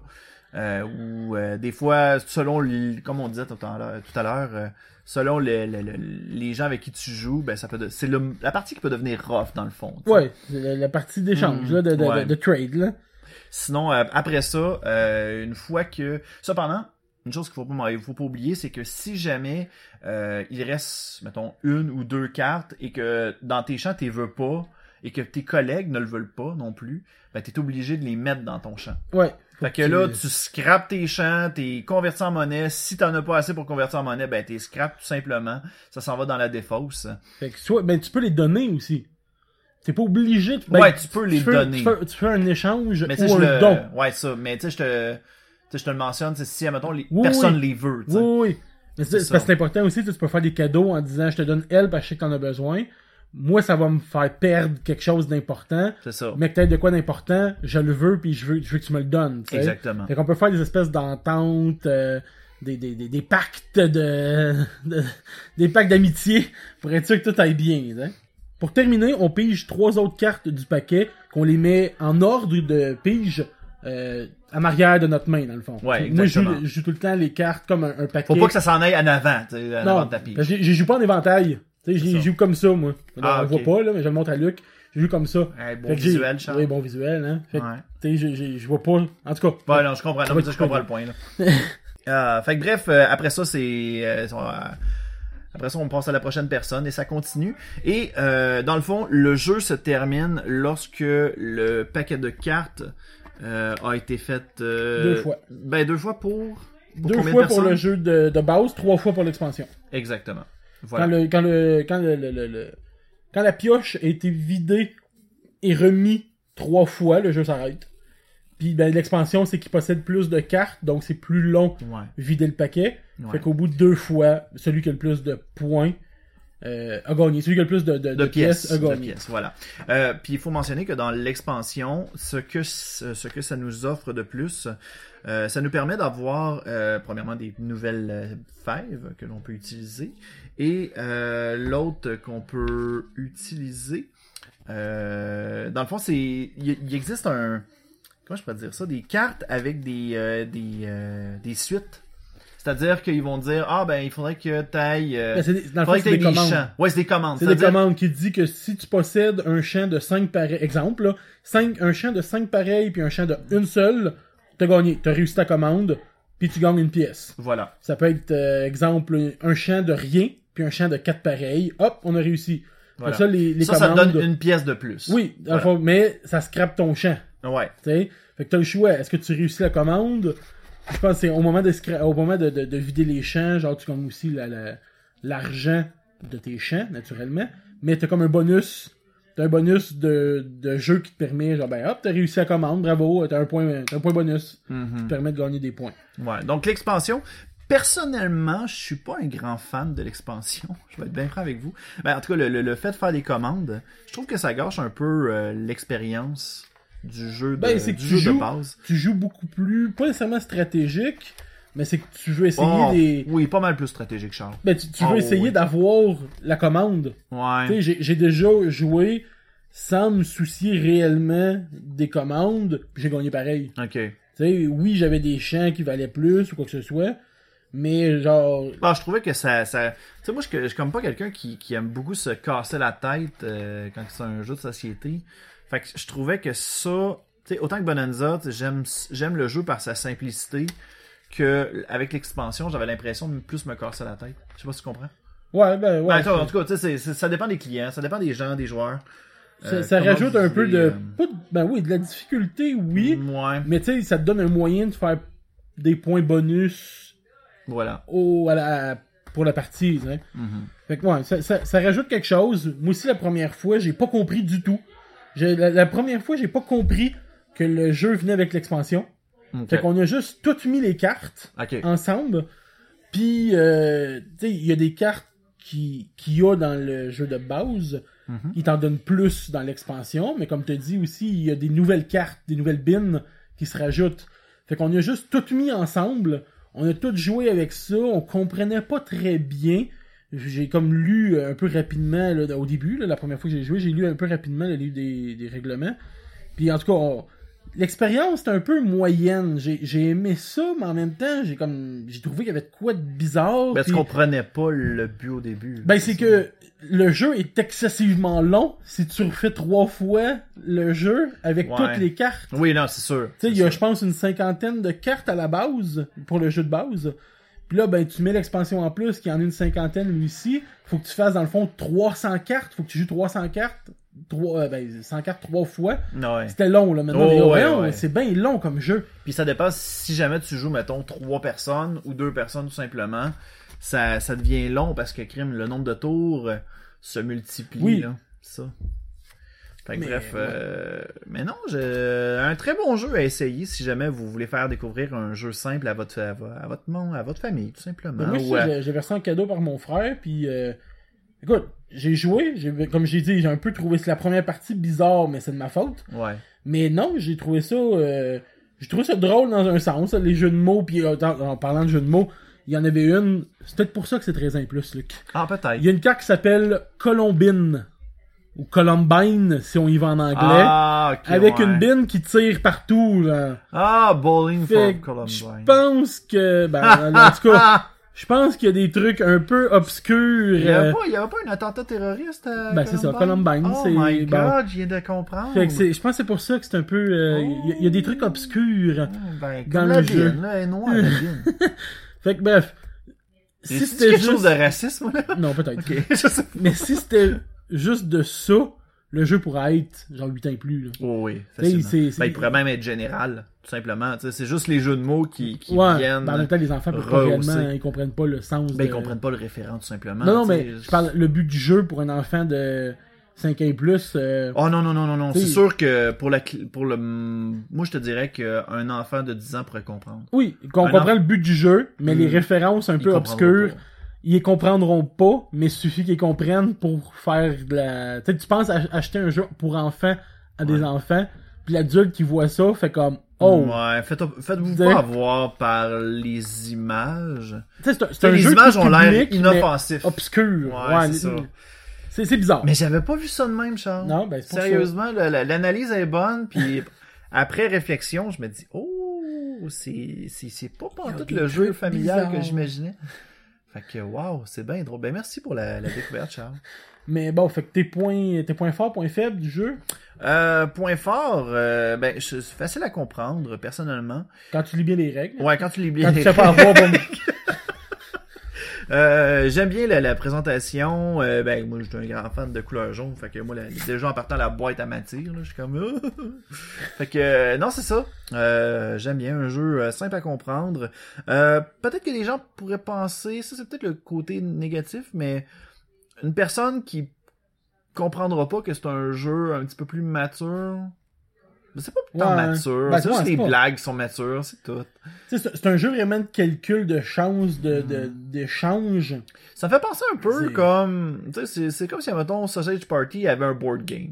Speaker 3: euh, où euh, des fois, selon l- comme on disait tout à l'heure, tout à l'heure, euh, selon le- le- le- les gens avec qui tu joues, ben ça peut de- c'est le- la partie qui peut devenir rough dans le fond. t'sais.
Speaker 2: Ouais, c'est la, la partie d'échange,
Speaker 3: Mm,
Speaker 2: là, de, de,
Speaker 3: ouais.
Speaker 2: de- de trade, là.
Speaker 3: Sinon, euh, après ça, euh, une fois que. Cependant, une chose qu'il faut pas, faut pas oublier, c'est que si jamais euh, il reste, mettons, une ou deux cartes et que dans tes champs, tu veux pas et que tes collègues ne le veulent pas non plus, ben, tu es obligé de les mettre dans ton champ.
Speaker 2: Ouais.
Speaker 3: Fait que
Speaker 2: tu-
Speaker 3: là, tu scrapes tes champs, t'es convertis en monnaie. Si t'en as pas assez pour convertir en monnaie, ben t'es scrapes tout simplement. Ça s'en va dans la défausse.
Speaker 2: Fait que soit, ben, tu peux les donner aussi. T'es pas obligé de. ben,
Speaker 3: ouais, tu peux les
Speaker 2: fais-
Speaker 3: donner.
Speaker 2: Tu fais, tu fais un échange
Speaker 3: Mais tu sais,
Speaker 2: ou
Speaker 3: je
Speaker 2: un
Speaker 3: le...
Speaker 2: don.
Speaker 3: Ouais, ça. Mais tu sais, je te... tu sais, je te le mentionne, c'est si, admettons, les...
Speaker 2: Oui,
Speaker 3: personne
Speaker 2: oui.
Speaker 3: les veut. tu sais.
Speaker 2: Oui, oui. Mais c'est,
Speaker 3: C'est
Speaker 2: c'est parce
Speaker 3: ça.
Speaker 2: que c'est important aussi, tu sais, tu peux faire des cadeaux en disant je te donne elle parce que je sais que t'en as besoin. Moi, ça va me faire perdre quelque chose d'important.
Speaker 3: C'est ça.
Speaker 2: Mais peut-être de quoi d'important, je le veux puis je veux, je veux que tu me le donnes. tu sais.
Speaker 3: Exactement.
Speaker 2: Fait qu'on peut faire des espèces d'ententes, euh, des, des, des, des pactes de, de- des pactes d'amitié pour être sûr que tout aille bien. tu sais. Pour terminer, on pige trois autres cartes du paquet qu'on les met en ordre de pige euh, en arrière de notre main dans le fond.
Speaker 3: Ouais,
Speaker 2: Moi, je joue,
Speaker 3: exactement.
Speaker 2: je joue tout le temps les cartes comme un, un paquet.
Speaker 3: Faut pas que ça s'en aille en avant, tu sais, en
Speaker 2: eh.
Speaker 3: avant
Speaker 2: Non, ben,
Speaker 3: de ta pige.
Speaker 2: parce que je je joue pas en éventail. Tu sais, je
Speaker 3: C'est
Speaker 2: les
Speaker 3: ça.
Speaker 2: joue comme ça, moi. on
Speaker 3: Ah,
Speaker 2: le
Speaker 3: ok.
Speaker 2: voit pas, là, mais je le montre à Luc. Je joue comme ça.
Speaker 3: Ouais, bon
Speaker 2: Fait que j'ai-
Speaker 3: visuel, Charles.
Speaker 2: Oui, bon visuel, hein. Fait que,
Speaker 3: Ouais.
Speaker 2: tu sais, je- je je vois pas. En tout cas.
Speaker 3: Ouais, non, je comprends. Non, mais
Speaker 2: Ouais,
Speaker 3: ça, je
Speaker 2: tu peux
Speaker 3: comprends le point, là. Ah, fait que bref, euh, après ça, c'est... euh, on va- après ça, on passe à la prochaine personne et ça continue. Et euh, dans le fond, le jeu se termine lorsque le paquet de cartes euh, a été fait... euh,
Speaker 2: Deux fois.
Speaker 3: Ben, deux fois pour... pour
Speaker 2: Deux
Speaker 3: combien de
Speaker 2: fois pour
Speaker 3: personnes?
Speaker 2: le jeu de, de base, trois fois pour l'expansion.
Speaker 3: Exactement. Voilà.
Speaker 2: Quand le quand le quand le, le- le- le- quand la pioche a été vidée et remise trois fois, le jeu s'arrête. Puis ben l'expansion c'est qu'il possède plus de cartes, donc c'est plus long
Speaker 3: Ouais,
Speaker 2: vider le paquet.
Speaker 3: ouais.
Speaker 2: Fait qu'au bout de deux fois, celui qui a le plus de points euh, a gagné. Celui qui a le plus de, de,
Speaker 3: de
Speaker 2: de
Speaker 3: pièces,
Speaker 2: a
Speaker 3: de
Speaker 2: gagné.
Speaker 3: pièces, voilà. Euh, puis il faut mentionner que dans l'expansion, ce que ce ce que ça nous offre de plus, euh, ça nous permet d'avoir euh, premièrement des nouvelles euh, fèves que l'on peut utiliser et euh, l'autre qu'on peut utiliser. euh, dans le fond, c'est il il existe un comment je pourrais dire ça, des cartes avec des euh, des euh, des suites. C'est-à-dire qu'ils vont dire ah ben il faudrait que t'ailles euh,
Speaker 2: Ben, c'est des- dans le fond,
Speaker 3: faudrait que
Speaker 2: c'est des
Speaker 3: t'ailles des
Speaker 2: commandes.
Speaker 3: champs. Ouais, c'est des commandes.
Speaker 2: C'est des
Speaker 3: C'est-à-dire-
Speaker 2: commandes qui dit que si tu possèdes un champ de 5 pareils, exemple, là, cinq- un champ de 5 pareils puis un champ de une seule, t'as gagné, t'as réussi ta commande, puis tu gagnes une pièce.
Speaker 3: Voilà.
Speaker 2: Ça peut être, euh, exemple, un champ de rien puis un champ de 4 pareils, hop, on a réussi. Comme
Speaker 3: Voilà.
Speaker 2: ça, les, les
Speaker 3: ça, ça te
Speaker 2: commandes...
Speaker 3: donne une pièce de plus.
Speaker 2: Oui, dans le
Speaker 3: Voilà.
Speaker 2: fond, mais ça scrape ton champ,
Speaker 3: Ouais.
Speaker 2: tu sais. Fait que t'as le choix, est-ce que tu réussis la commande Je pense que c'est au moment, de, scra- au moment de, de- de vider les champs, genre tu gagnes aussi la- la- l'argent de tes champs, naturellement. Mais t'as comme un bonus. T'as un bonus de, de jeu qui te permet, genre, ben hop, t'as réussi la commande, bravo, t'as un point, t'as un point bonus
Speaker 3: Hmm.
Speaker 2: qui te permet de gagner des points.
Speaker 3: Ouais. Donc l'expansion. Personnellement, je suis pas un grand fan de l'expansion. Je vais être bien franc avec vous. Ben, en tout cas, le, le- le fait de faire des commandes, je trouve que ça gâche un peu euh, l'expérience du jeu de,
Speaker 2: Ben, c'est que
Speaker 3: du
Speaker 2: tu
Speaker 3: jeu de
Speaker 2: joues-
Speaker 3: base.
Speaker 2: Tu joues beaucoup plus, pas nécessairement stratégique, mais c'est que tu veux essayer
Speaker 3: Oh,
Speaker 2: des.
Speaker 3: Oui, pas mal plus stratégique, Charles.
Speaker 2: Ben, tu, tu veux
Speaker 3: Oh,
Speaker 2: essayer
Speaker 3: oui.
Speaker 2: d'avoir la commande. Tu
Speaker 3: Ouais.
Speaker 2: sais, j'ai- j'ai déjà joué sans me soucier réellement des commandes, puis j'ai gagné pareil.
Speaker 3: Ok.
Speaker 2: Tu sais, oui, j'avais des champs qui valaient plus ou quoi que ce soit, mais genre,
Speaker 3: Bon, Ah, je trouvais que ça, ça... Tu sais, moi, je, je suis comme pas quelqu'un qui, qui aime beaucoup se casser la tête euh, quand c'est un jeu de société. Fait que je trouvais que ça... Tu sais, autant que Bonanza, tu sais, j'aime j'aime le jeu par sa simplicité que avec l'expansion, j'avais l'impression de plus me casser la tête. Je sais pas si tu comprends.
Speaker 2: ouais, ben ouais.
Speaker 3: Ben, en tout cas, tu sais, c'est- c'est- ça dépend des clients, ça dépend des gens, des joueurs.
Speaker 2: Ça,
Speaker 3: Euh,
Speaker 2: ça
Speaker 3: comment
Speaker 2: rajoute
Speaker 3: vous
Speaker 2: un peu
Speaker 3: les,
Speaker 2: de,
Speaker 3: euh, Mm.
Speaker 2: pas de- Ben oui, de la difficulté, oui.
Speaker 3: Ouais,
Speaker 2: Mais tu sais, ça te donne un moyen de faire des points bonus
Speaker 3: voilà.
Speaker 2: au, à la- pour la partie. hein.
Speaker 3: Mhm.
Speaker 2: Fait que ouais, ça, ça- ça rajoute quelque chose. Moi aussi, la première fois, j'ai pas compris du tout. J'ai- La, la première fois, j'ai pas compris que le jeu venait avec l'expansion.
Speaker 3: Ok.
Speaker 2: Fait qu'on Ah, a juste toutes mis les cartes
Speaker 3: Ok.
Speaker 2: ensemble. Puis, euh, tu sais, il y a des cartes qui- qu'il y a dans le jeu de base.
Speaker 3: Mhm.
Speaker 2: Il t'en donne plus dans l'expansion, mais comme tu dis aussi, il y a des nouvelles cartes, des nouvelles bins qui se rajoutent. Fait qu'on a juste tout mis ensemble, on a tout joué avec ça, on comprenait pas très bien. J'ai comme lu euh, un peu rapidement là, au début, là, la première fois que j'ai joué, j'ai lu un peu rapidement le livre des, des règlements. Puis en tout cas, on- l'expérience était un peu moyenne. J'ai j'ai aimé ça, mais en même temps, j'ai comme j'ai trouvé qu'il y avait de quoi de bizarre.
Speaker 3: Ben, tu
Speaker 2: puis-
Speaker 3: comprenais pas le but au début.
Speaker 2: ben, c'est que le jeu est excessivement long si tu refais trois fois le jeu avec
Speaker 3: Ouais.
Speaker 2: toutes les cartes.
Speaker 3: Oui, non, c'est sûr.
Speaker 2: Tu sais, il y
Speaker 3: C'est
Speaker 2: a, je
Speaker 3: sûr.
Speaker 2: pense, une cinquantaine de cartes à la base pour le jeu de base. Puis là, ben, tu mets l'expansion en plus, qui en a une cinquantaine lui aussi. Faut que tu fasses, dans le fond, 300 cartes. Faut que tu joues 300 cartes. Trois, euh, ben, 100 cartes trois fois.
Speaker 3: Ouais.
Speaker 2: C'était long, là. Maintenant,
Speaker 3: Oh,
Speaker 2: mais, oh,
Speaker 3: ouais,
Speaker 2: voyons,
Speaker 3: ouais.
Speaker 2: c'est bien long comme jeu.
Speaker 3: Puis ça dépend si jamais tu joues, mettons, trois personnes ou deux personnes tout simplement. Ça, ça devient long parce que crime, le nombre de tours euh, se multiplie.
Speaker 2: Oui.
Speaker 3: Là, ça. Fait que
Speaker 2: Mais,
Speaker 3: bref.
Speaker 2: ouais.
Speaker 3: euh, mais non, j'ai- un très bon jeu à essayer si jamais vous voulez faire découvrir un jeu simple à votre, à, vo- à votre monde, à votre famille, tout simplement.
Speaker 2: Mais moi,
Speaker 3: ou
Speaker 2: ça,
Speaker 3: à-
Speaker 2: j'ai- j'ai versé un cadeau par mon frère, puis euh, écoute, j'ai joué, j'ai- comme j'ai dit, j'ai un peu trouvé la première partie bizarre, mais c'est de ma faute.
Speaker 3: Ouais.
Speaker 2: Mais non, j'ai trouvé ça, euh, j'ai trouvé ça drôle dans un sens, là, les jeux de mots, puis euh, en, en parlant de jeux de mots, il y en avait une, c'est peut-être pour ça que c'est 13 ans et plus, Luc.
Speaker 3: Ah, peut-être.
Speaker 2: Il y a une carte qui s'appelle Colombine, ou Columbine, si on y va en anglais,
Speaker 3: Ah, ok,
Speaker 2: avec
Speaker 3: ouais.
Speaker 2: une bine qui tire partout, là.
Speaker 3: Ah, Bowling
Speaker 2: Fait
Speaker 3: for
Speaker 2: que
Speaker 3: Columbine.
Speaker 2: je pense que, ben, en tout cas,
Speaker 3: Ah!
Speaker 2: je pense qu'il y a des trucs un peu obscurs.
Speaker 3: Il n'y avait,
Speaker 2: euh,
Speaker 3: pas- il y avait pas un attentat terroriste à
Speaker 2: Ben, c'est ça, Columbine,
Speaker 3: Oh
Speaker 2: c'est-
Speaker 3: my
Speaker 2: bon.
Speaker 3: god, je viens de comprendre.
Speaker 2: fait que c'est- je pense que c'est pour ça que c'est un peu. euh, Il y a- il y, a des trucs obscurs.
Speaker 3: Hmm, ben, comme
Speaker 2: dans le
Speaker 3: la
Speaker 2: jeu.
Speaker 3: Bine, là, elle est noire, la Bine.
Speaker 2: Fait que bref.
Speaker 3: C'est
Speaker 2: Si c'était
Speaker 3: quelque
Speaker 2: juste.
Speaker 3: chose de racisme, là?
Speaker 2: Non, peut-être.
Speaker 3: Ok, je sais pas.
Speaker 2: Mais si c'était juste de ça, le jeu pourrait être genre 8 ans et plus. là.
Speaker 3: Oh oui,
Speaker 2: Tu sais,
Speaker 3: facilement.
Speaker 2: c'est- c'est-
Speaker 3: Ben, il pourrait même être général, tout simplement. Tu sais, c'est juste les jeux de mots qui, qui
Speaker 2: ouais,
Speaker 3: viennent.
Speaker 2: ben, en même temps, les enfants peuvent pas
Speaker 3: rehausser.
Speaker 2: réellement, ils comprennent pas le sens.
Speaker 3: Ben, ils
Speaker 2: de-
Speaker 3: comprennent pas le référent, tout simplement.
Speaker 2: Non, non,
Speaker 3: tu sais.
Speaker 2: mais je parle, le but du jeu pour un enfant de 5 ans et plus, euh,
Speaker 3: Oh non, non, non, non, non.
Speaker 2: Tu sais,
Speaker 3: C'est sûr que pour, la, cl- pour le. Moi, je te dirais qu'un enfant de 10 ans pourrait comprendre.
Speaker 2: oui, qu'on
Speaker 3: un
Speaker 2: comprend le but du jeu, mais
Speaker 3: Hmm.
Speaker 2: les références un
Speaker 3: Il
Speaker 2: peu
Speaker 3: comprendra
Speaker 2: obscures,
Speaker 3: pas.
Speaker 2: ils les comprendront pas, mais suffit qu'ils comprennent pour faire de la. Tu sais, tu penses ach- acheter un jeu pour enfants à des
Speaker 3: Ouais. Mm,
Speaker 2: enfants, puis l'adulte qui voit ça fait comme oh,
Speaker 3: Ouais, faites- faites-vous
Speaker 2: Dire-
Speaker 3: pas avoir par les images.
Speaker 2: Tu sais, c'est un- c'est
Speaker 3: T'sais,
Speaker 2: un,
Speaker 3: les
Speaker 2: jeu
Speaker 3: images
Speaker 2: tout
Speaker 3: ont l'air
Speaker 2: public,
Speaker 3: inoffensif.
Speaker 2: mais obscur.
Speaker 3: Ouais, c'est ça.
Speaker 2: c'est c'est bizarre.
Speaker 3: Mais j'avais pas vu ça de même, Charles.
Speaker 2: Non, ben c'est pour ça.
Speaker 3: Sérieusement, la- la- l'analyse est bonne, puis après réflexion, je me dis, oh, c'est c'est- c'est pas
Speaker 2: Il
Speaker 3: pas
Speaker 2: y a
Speaker 3: tout
Speaker 2: des
Speaker 3: le jeu
Speaker 2: trucs
Speaker 3: familial que
Speaker 2: bizarres.
Speaker 3: j'imaginais. Fait que, wow, c'est bien drôle. Ben merci pour la, la découverte, Charles.
Speaker 2: Mais bon, fait que tes points, tes points forts, points faibles du jeu,
Speaker 3: Euh, point fort, euh, ben c'est c'est facile à comprendre, personnellement.
Speaker 2: quand tu lis bien les règles.
Speaker 3: Ouais, quand tu lis bien
Speaker 2: Quand tu
Speaker 3: les
Speaker 2: sais pas avoir bon-
Speaker 3: Euh, j'aime bien la, la présentation. Euh, ben, moi, je suis un grand fan de couleur jaune. Fait que moi, la- déjà en partant, la boîte à m'attire. là, Je suis comme. Ah! fait que, euh, non, c'est ça. Euh, j'aime bien un jeu euh, simple à comprendre. Euh, peut-être que les gens pourraient penser. Ça, c'est peut-être le côté négatif, mais une personne qui comprendra pas que c'est un jeu un petit peu plus mature. mais C'est pas tant
Speaker 2: Ouais.
Speaker 3: mature.
Speaker 2: Ben,
Speaker 3: c'est
Speaker 2: ouais,
Speaker 3: juste
Speaker 2: c'est
Speaker 3: les
Speaker 2: pas-
Speaker 3: blagues qui sont matures, c'est tout.
Speaker 2: Tu sais, c'est c'est un jeu vraiment de calcul de chance, de de-
Speaker 3: Hmm.
Speaker 2: d'échange.
Speaker 3: Ça fait penser un peu
Speaker 2: C'est-
Speaker 3: comme. Tu sais, c'est- c'est comme si, mettons, Sausage Party avait un board game.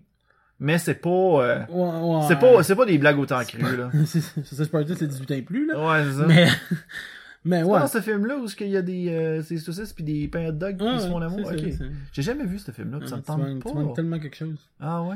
Speaker 3: Mais c'est pas. euh,
Speaker 2: Ouais, ouais.
Speaker 3: c'est pas, c'est pas des blagues autant crues, là.
Speaker 2: C'est- c'est- ça, c'est pas dire, c'est 18 ans et plus là.
Speaker 3: Ouais, c'est ça.
Speaker 2: Mais mais
Speaker 3: C'est pas
Speaker 2: ouais.
Speaker 3: dans ce film-là où il y a des, euh, ces saucisses puis des pains hot dogs
Speaker 2: Ouais,
Speaker 3: qui se font l'amour.
Speaker 2: c'est-
Speaker 3: Ok.
Speaker 2: c'est- c'est-
Speaker 3: J'ai jamais vu ce film-là, puis ça
Speaker 2: Ah,
Speaker 3: me
Speaker 2: tu manques-
Speaker 3: tente
Speaker 2: tu manques
Speaker 3: pas.
Speaker 2: tellement quelque chose.
Speaker 3: Ah ouais?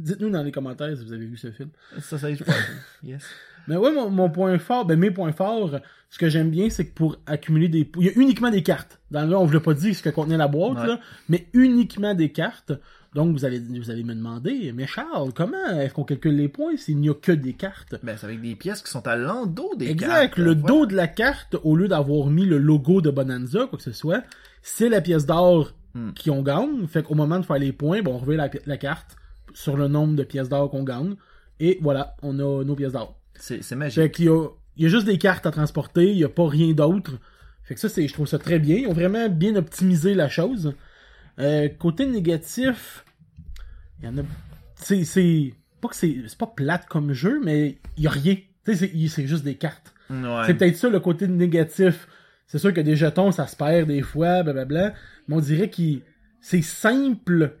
Speaker 2: Dites-nous dans les commentaires si vous avez vu ce film.
Speaker 3: Sausage Party. yes.
Speaker 2: Mais ouais, mon, mon point fort, ben mes points forts, ce que j'aime bien, c'est que pour accumuler des... Il y a uniquement des cartes. Dans le, on ne voulait pas dire ce que contenait la boîte,
Speaker 3: Ouais.
Speaker 2: là, mais uniquement des cartes. Donc, vous allez, vous allez me demander, mais Charles, comment est-ce qu'on calcule les points s'il n'y a que des cartes?
Speaker 3: Ben, c'est avec des pièces qui sont à l'endos des
Speaker 2: exact,
Speaker 3: cartes.
Speaker 2: le
Speaker 3: Voilà.
Speaker 2: dos de la carte, au lieu d'avoir mis le logo de Bonanza, quoi que ce soit, c'est la pièce d'or
Speaker 3: Hmm.
Speaker 2: qui on gagne. Fait qu'au moment de faire les points, bon, on revient la, pi- la carte, sur le nombre de pièces d'or qu'on gagne. Et voilà, on a nos pièces d'or.
Speaker 3: C'est c'est magique.
Speaker 2: Fait qu'il y a, il y a juste des cartes à transporter, il n'y a pas rien d'autre. Fait que ça, c'est, je trouve ça très bien. Ils ont vraiment bien optimisé la chose. Euh, côté négatif, il y en a. C'est, c'est pas que c'est, c'est pas plate comme jeu, mais il y a rien. Tu sais, c'est, il- c'est juste des cartes.
Speaker 3: Ouais.
Speaker 2: C'est peut-être ça le côté négatif. C'est sûr que des jetons, ça se perd des fois, blablabla. Mais on dirait que c'est simple.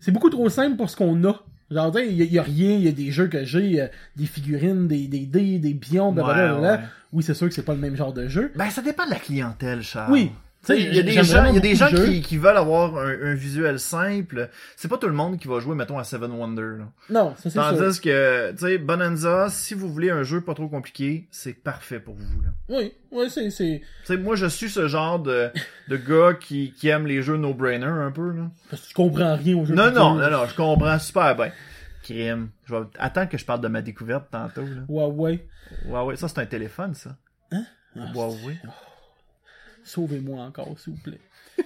Speaker 2: C'est beaucoup trop simple pour ce qu'on a. Genre, tu sais, il y, a- il y a rien, il y a des jeux que j'ai, euh, des figurines, des, des dés, des pions, blablabla.
Speaker 3: Ouais,
Speaker 2: blablabla.
Speaker 3: ouais.
Speaker 2: Oui, c'est sûr que c'est pas le même genre de jeu.
Speaker 3: Ben, ça dépend de la clientèle, Charles.
Speaker 2: Oui.
Speaker 3: Tu sais, Ah. Il y a des
Speaker 2: J'aime
Speaker 3: gens, il y a des gens
Speaker 2: vraiment beaucoup de
Speaker 3: qui, qui veulent avoir un, un visuel simple. C'est pas tout le monde qui va jouer, mettons, à Seven Wonder. là.
Speaker 2: Non, ça c'est sûr.
Speaker 3: Tandis que, tu sais, Bonanza, si vous voulez un jeu pas trop compliqué, c'est parfait pour vous. là.
Speaker 2: Oui, oui, c'est, c'est...
Speaker 3: Tu sais, moi, je suis ce genre de, de gars qui, qui aime les jeux no-brainer un peu. Là.
Speaker 2: Parce que tu comprends rien au jeu.
Speaker 3: Non,
Speaker 2: vidéo.
Speaker 3: non, euh, non, non, je comprends super bien. Crime. Je vais... Attends que je parle de ma découverte tantôt. Là.
Speaker 2: Huawei.
Speaker 3: Huawei, ça, c'est un téléphone, ça.
Speaker 2: Ah,
Speaker 3: Huawei.
Speaker 2: Sauvez-moi encore, s'il vous plaît.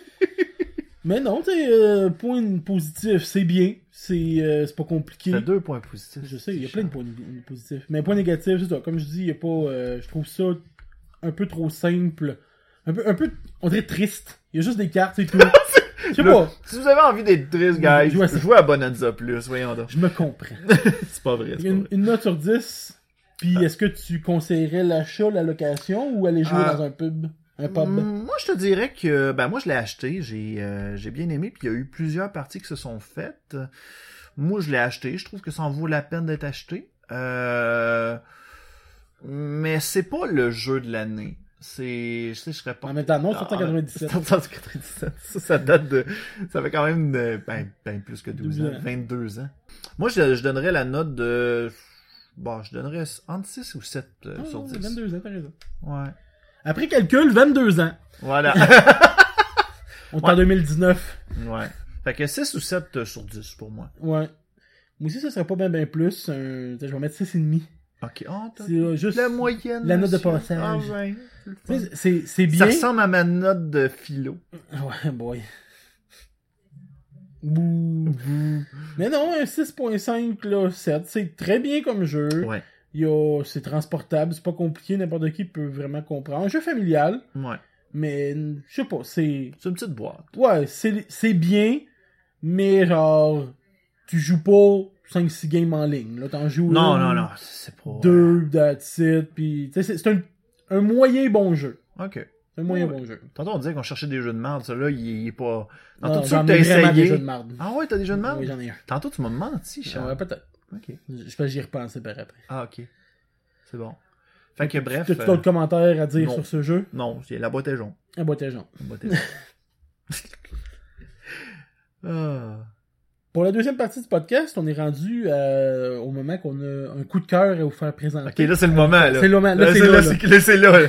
Speaker 2: Mais non, tu sais, euh, point positif, c'est bien. C'est euh, c'est pas compliqué.
Speaker 3: T'as deux points positifs.
Speaker 2: Je sais, il y a plein de points né- positifs. Mais point négatif, c'est ça. Comme je dis, il y a pas. euh, je trouve ça un peu trop simple. Un peu, un peu, on dirait triste. Il y a juste des cartes, c'est tout. Je sais
Speaker 3: Le-
Speaker 2: pas,
Speaker 3: Si vous avez envie d'être triste, guys,
Speaker 2: Jouez à ça.
Speaker 3: jouez à Bonanza Plus, voyons donc.
Speaker 2: je me comprends.
Speaker 3: C'est pas vrai, c'est pas Ah.
Speaker 2: Une,
Speaker 3: vrai.
Speaker 2: une note sur 10. Puis est-ce que tu conseillerais l'achat, la location ou aller jouer
Speaker 3: Ah.
Speaker 2: dans un pub Un pub
Speaker 3: Mm, Moi, je te dirais que, ben, moi, je l'ai acheté, j'ai euh, j'ai bien aimé, puis il y a eu plusieurs parties qui se sont faites. Moi, je l'ai acheté, je trouve que ça en vaut la peine d'être acheté. Euh, Mais c'est pas le jeu de l'année. C'est, je sais, je serais pas.
Speaker 2: En même temps, non,
Speaker 3: Ah,
Speaker 2: 797.
Speaker 3: 797. Ça, ça date de. Ça fait quand même euh, ben, ben plus que 12
Speaker 2: 12
Speaker 3: ans.
Speaker 2: ans.
Speaker 3: 22 ans. Moi, je, je donnerais la note de. Bon, je donnerais entre 6 ou 7 euh,
Speaker 2: Ah,
Speaker 3: sur 10.
Speaker 2: 22 ans, t'as raison.
Speaker 3: Ouais.
Speaker 2: Après calcul, 22 ans.
Speaker 3: Voilà.
Speaker 2: On est
Speaker 3: Ouais.
Speaker 2: en 2019.
Speaker 3: ouais. Fait que 6 ou 7 euh, sur 10 pour moi.
Speaker 2: Ouais. Moi aussi, ça serait pas bien ben plus. un- Je vais mettre 6,5.
Speaker 3: Ok. Oh, t'as-
Speaker 2: C'est euh, juste.
Speaker 3: la moyenne.
Speaker 2: la note de
Speaker 3: monsieur.
Speaker 2: passage.
Speaker 3: Ah, ouais. C'est le fun.
Speaker 2: Tu sais, C'est c'est
Speaker 3: Ça
Speaker 2: bien. Ah
Speaker 3: ressemble à ma note de philo.
Speaker 2: Ouais, boy. Bouh. Mais non, un 6.5, là, 7, c'est très bien comme jeu.
Speaker 3: Ouais.
Speaker 2: Il y a- C'est transportable, c'est pas compliqué, n'importe qui peut vraiment comprendre. Un jeu familial,
Speaker 3: Ouais.
Speaker 2: mais je sais pas, c'est.
Speaker 3: C'est une petite boîte.
Speaker 2: Ouais, c'est c'est bien, mais genre, tu joues pas 5-6 games en ligne. Là, t'en joues
Speaker 3: Non,
Speaker 2: une,
Speaker 3: non, non. C'est pas.
Speaker 2: deux, that's it, pis, tu sais, c'est- c'est un, un moyen bon jeu.
Speaker 3: Ok.
Speaker 2: C'est un moyen
Speaker 3: Ouais.
Speaker 2: bon jeu.
Speaker 3: Tantôt, on disait qu'on cherchait des jeux de merde. Celui-là, il, il est pas. Dans
Speaker 2: Non,
Speaker 3: tout ça
Speaker 2: j'en
Speaker 3: que
Speaker 2: ai
Speaker 3: t'as
Speaker 2: vraiment des
Speaker 3: essayé.
Speaker 2: jeux de marde.
Speaker 3: Ah ouais, t'as des jeux de merde?
Speaker 2: Oui, j'en ai un.
Speaker 3: Tantôt, tu m'as menti, Charles.
Speaker 2: Ouais, peut-être.
Speaker 3: Ok.
Speaker 2: Je sais pas, j'y repense par après.
Speaker 3: Ah, ok. C'est bon. Fait que bref.
Speaker 2: T'as-tu
Speaker 3: euh,
Speaker 2: d'autres commentaires à dire
Speaker 3: non.
Speaker 2: sur ce jeu?
Speaker 3: Non, c'est- la boîte est jaune.
Speaker 2: Un boîte à gens.
Speaker 3: La boîte est jaune. Ah.
Speaker 2: Pour la deuxième partie du podcast, on est rendu euh, au moment qu'on a un coup de cœur à vous faire présenter.
Speaker 3: Ok, là, c'est le moment, là.
Speaker 2: c'est le moment. Là, c'est
Speaker 3: c'est
Speaker 2: là,
Speaker 3: là,
Speaker 2: là.
Speaker 3: c'est- là, c'est là. là.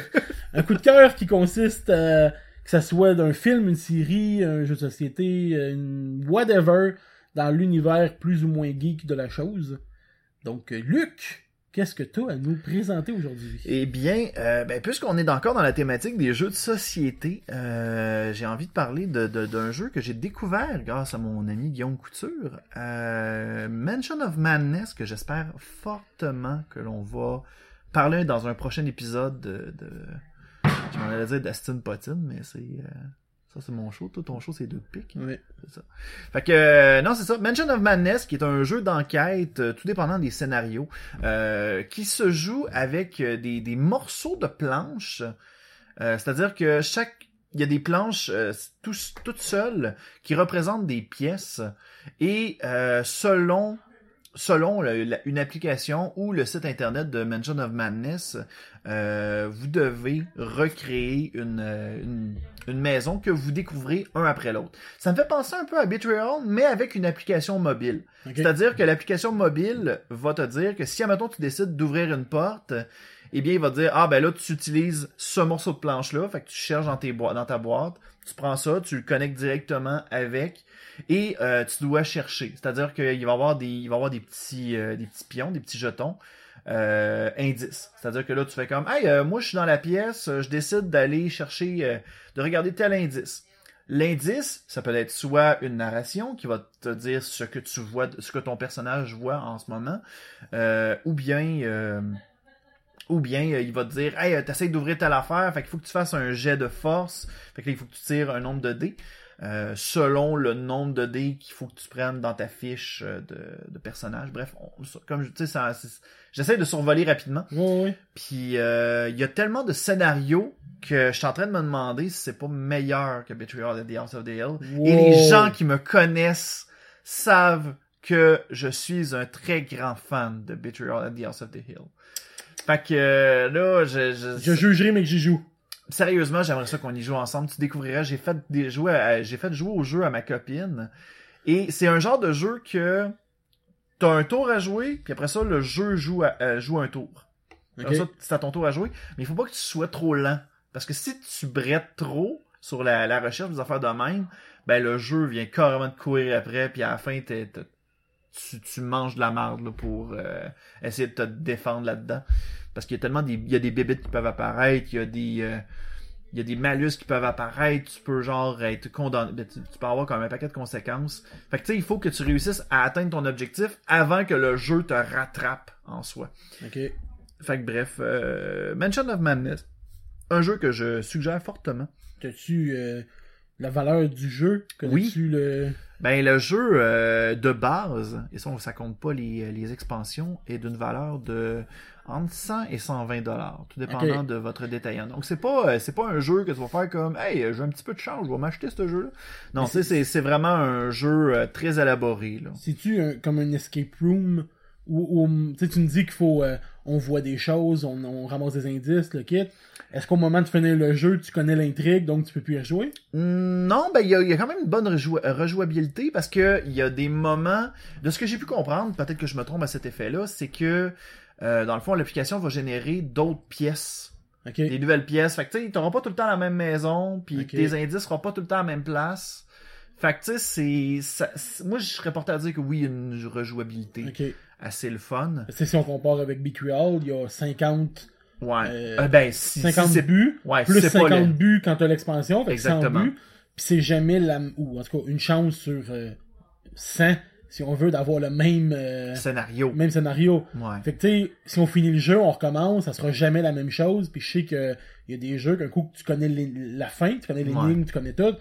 Speaker 2: Un coup de cœur qui consiste à que ça soit d'un film, une série, un jeu de société, une whatever, dans l'univers plus ou moins geek de la chose. Donc, euh, Luc, qu'est-ce que t'as à nous présenter aujourd'hui?
Speaker 3: Eh bien, euh, ben, puisqu'on est encore dans la thématique des jeux de société, euh, j'ai envie de parler de- de- d'un jeu que j'ai découvert grâce à mon ami Guillaume Couture, euh, Mansion of Madness, que j'espère fortement que l'on va parler dans un prochain épisode de... de je m'en allais dire d'Aston Potin, mais c'est... euh, ça, c'est mon show. Toi, ton show, c'est deux pics. hein?
Speaker 2: Ouais.
Speaker 3: Fait que, euh, non, c'est ça. Mansion of Madness, qui est un jeu d'enquête, euh, tout dépendant des scénarios, euh, qui se joue avec euh, des, des morceaux de planches. Euh, C'est-à-dire que chaque... Il y a des planches euh, tous- toutes seules qui représentent des pièces et euh, selon selon le- la- une application ou le site internet de Mansion of Madness, euh, vous devez recréer une, euh, une, une maison que vous découvrez un après l'autre. Ça me fait penser un peu à Betrayal, mais avec une application mobile.
Speaker 2: Ok.
Speaker 3: C'est-à-dire que l'application mobile va te dire que si, admettons, tu décides d'ouvrir une porte, eh bien, il va te dire, ah, ben là, tu utilises ce morceau de planche-là, fait que tu cherches dans, tes boi- dans ta boîte, tu prends ça, tu le connectes directement avec, et euh, tu dois chercher. C'est-à-dire qu'il va y avoir des, il va y avoir des petits, euh, des petits pions, des petits jetons, euh, indices. C'est-à-dire que là, tu fais comme, hey, euh, moi, je suis dans la pièce, euh, je décide d'aller chercher, euh, de regarder tel indice. L'indice, ça peut être soit une narration qui va te dire ce que tu vois, ce que ton personnage voit en ce moment, euh, ou bien, euh, ou bien euh, il va te dire, hey, euh, t'essayes d'ouvrir telle affaire, fait qu'il faut que tu fasses un jet de force, fait que là, il faut que tu tires un nombre de dés, euh, selon le nombre de dés qu'il faut que tu prennes dans ta fiche euh, de, de personnage. Bref, on- comme je- tu sais, ça- c'est- j'essaie de survoler rapidement.
Speaker 2: Ouais, ouais.
Speaker 3: Puis euh, il y a tellement de scénarios que je suis en train de me demander si c'est pas meilleur que Betrayal at the House of the Hill. Et les
Speaker 2: Wow.
Speaker 3: gens qui me connaissent savent que je suis un très grand fan de Betrayal at the House of the Hill. Fait que euh, là, je, je-
Speaker 2: Je jugerai, mais que j'y joue.
Speaker 3: sérieusement, j'aimerais ça qu'on y joue ensemble. Tu découvriras, j'ai fait des jouer, à- j'ai fait jouer au jeu à ma copine. Et c'est un genre de jeu que t'as un tour à jouer, puis après ça, le jeu joue, à- euh, joue un tour.
Speaker 2: Ok.
Speaker 3: Alors ça, c'est à ton tour à jouer. Mais il faut pas que tu sois trop lent. Parce que si tu brettes trop sur la, la recherche des affaires de même, ben le jeu vient carrément te courir après, puis à la fin, t'es- t'es- tu, tu manges de la marde là, pour euh, essayer de te défendre là-dedans. Parce qu'il y a tellement des, il y a des bébites qui peuvent apparaître, il y a des... euh, il y a des malus qui peuvent apparaître, tu peux genre être condamné, ben, tu, tu peux avoir comme un paquet de conséquences. Fait que tu sais, il faut que tu réussisses à atteindre ton objectif avant que le jeu te rattrape en soi.
Speaker 2: Ok.
Speaker 3: Fait que bref, euh, Mansion of Madness, un jeu que je suggère fortement.
Speaker 2: T'as-tu euh, la valeur du jeu? Connais-tu le.
Speaker 3: Ben le jeu euh, de base, et ça on- ça compte pas les, les expansions, est d'une valeur de entre 100 et 120 dollars, tout dépendant
Speaker 2: Ok.
Speaker 3: de votre détaillant. Donc c'est pas euh, c'est pas un jeu que tu vas faire comme hey euh, j'ai un petit peu de change, je vais m'acheter ce jeu. là Non,
Speaker 2: Mais
Speaker 3: tu sais, c'est c'est vraiment un jeu euh, très élaboré là.
Speaker 2: C'est-tu un- comme un escape room où, où- tu sais, tu me dis qu'il faut. euh, on voit des choses, on, on ramasse des indices, le kit. Est-ce qu'au moment de finir le jeu, tu connais l'intrigue, donc tu peux plus y rejouer?
Speaker 3: Non, ben il y, a- il y a quand même une bonne rejoua- euh, rejouabilité parce que il y a des moments. De ce que j'ai pu comprendre, peut-être que je me trompe à cet effet-là, c'est que euh, dans le fond l'application va générer d'autres pièces,
Speaker 2: Ok.
Speaker 3: des nouvelles pièces. Fait que tu sais, t'auras pas tout le temps la même maison, puis
Speaker 2: Ok.
Speaker 3: tes indices seront pas tout le temps à la même place. Fait que tu sais, c'est, ça- c'est- moi je serais porté à dire que oui, il y a une rejouabilité
Speaker 2: Ok.
Speaker 3: assez le fun.
Speaker 2: Tu sais, si on compare avec Betrayal, il y a 50,
Speaker 3: Ouais.
Speaker 2: Euh,
Speaker 3: Euh, ben si, si
Speaker 2: 50
Speaker 3: c'est
Speaker 2: buts,
Speaker 3: ouais, si
Speaker 2: plus
Speaker 3: c'est pas
Speaker 2: 50
Speaker 3: le-
Speaker 2: buts quand t'as l'expansion, fait que 100
Speaker 3: Exactement.
Speaker 2: buts. Puis c'est jamais la. ou en tout cas, une chance sur euh, 100, si on veut, d'avoir le même, euh,
Speaker 3: scénario.
Speaker 2: même scénario.
Speaker 3: Ouais.
Speaker 2: Fait que, tu sais, si on finit le jeu, on recommence, ça sera jamais la même chose. Puis je sais que il y a des jeux qu'un coup que tu connais les- la fin, tu connais l'énigme, tu connais tout,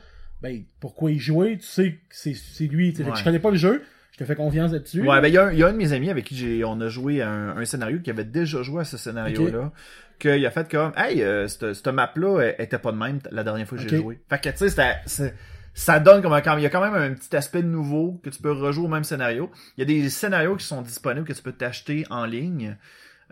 Speaker 2: ben, pourquoi y jouer, tu sais que c'est c'est lui. tu sais. Fait que
Speaker 3: Ouais.
Speaker 2: je connais pas le jeu, je te fais confiance là-dessus.
Speaker 3: Ouais, ben il y, a un- il y a un de mes amis avec qui j'ai, on a joué à un, un scénario qui avait déjà joué à ce scénario-là, qu'il a fait comme, hey, euh, cette, cette map-là elle était pas de même t- la dernière fois que j'ai
Speaker 2: Ok.
Speaker 3: joué. Fait que tu sais, c'était- c'est- ça donne comme un, quand- il y a quand même un petit aspect nouveau que tu peux rejouer au même scénario. Il y a des scénarios qui sont disponibles que tu peux t'acheter en ligne.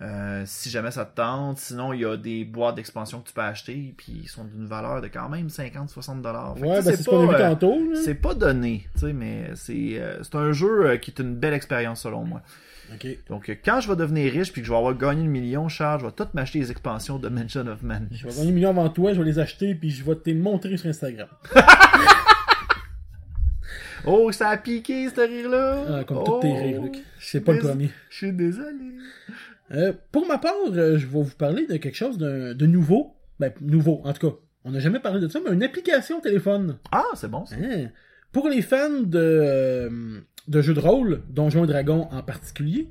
Speaker 3: euh, si jamais ça te tente, sinon il y a des boîtes d'expansion que tu peux acheter, puis ils sont d'une valeur de quand même 50-60$. dollars. Fait que,
Speaker 2: Ouais,
Speaker 3: tu sais,
Speaker 2: ben, c'est ce qu'on a vu
Speaker 3: euh,
Speaker 2: tantôt. là.
Speaker 3: c'est pas donné, tu sais, mais c'est euh, c'est un jeu euh, qui est une belle expérience selon moi.
Speaker 2: Ok.
Speaker 3: Donc euh, quand je vais devenir riche puis que je vais avoir gagné le million, Charles, je vais tout m'acheter les expansions de Mansion of Man.
Speaker 2: Je vais gagner un million avant toi, je vais les acheter, puis je vais te les montrer sur Instagram.
Speaker 3: Oh, ça a piqué ce rire-là.
Speaker 2: Ah, comme
Speaker 3: oh,
Speaker 2: tous tes rires, Luc. Je sais pas le
Speaker 3: Des-
Speaker 2: premier.
Speaker 3: Je suis désolé.
Speaker 2: Euh, pour ma part, euh, je vais vous parler de quelque chose d'un- de, nouveau. Ben, nouveau, en tout cas. On n'a jamais parlé de ça, mais une application téléphone.
Speaker 3: Ah, c'est bon. ça.
Speaker 2: Hein. Pour les fans de, euh, de jeux de rôle, Donjons et Dragons en particulier,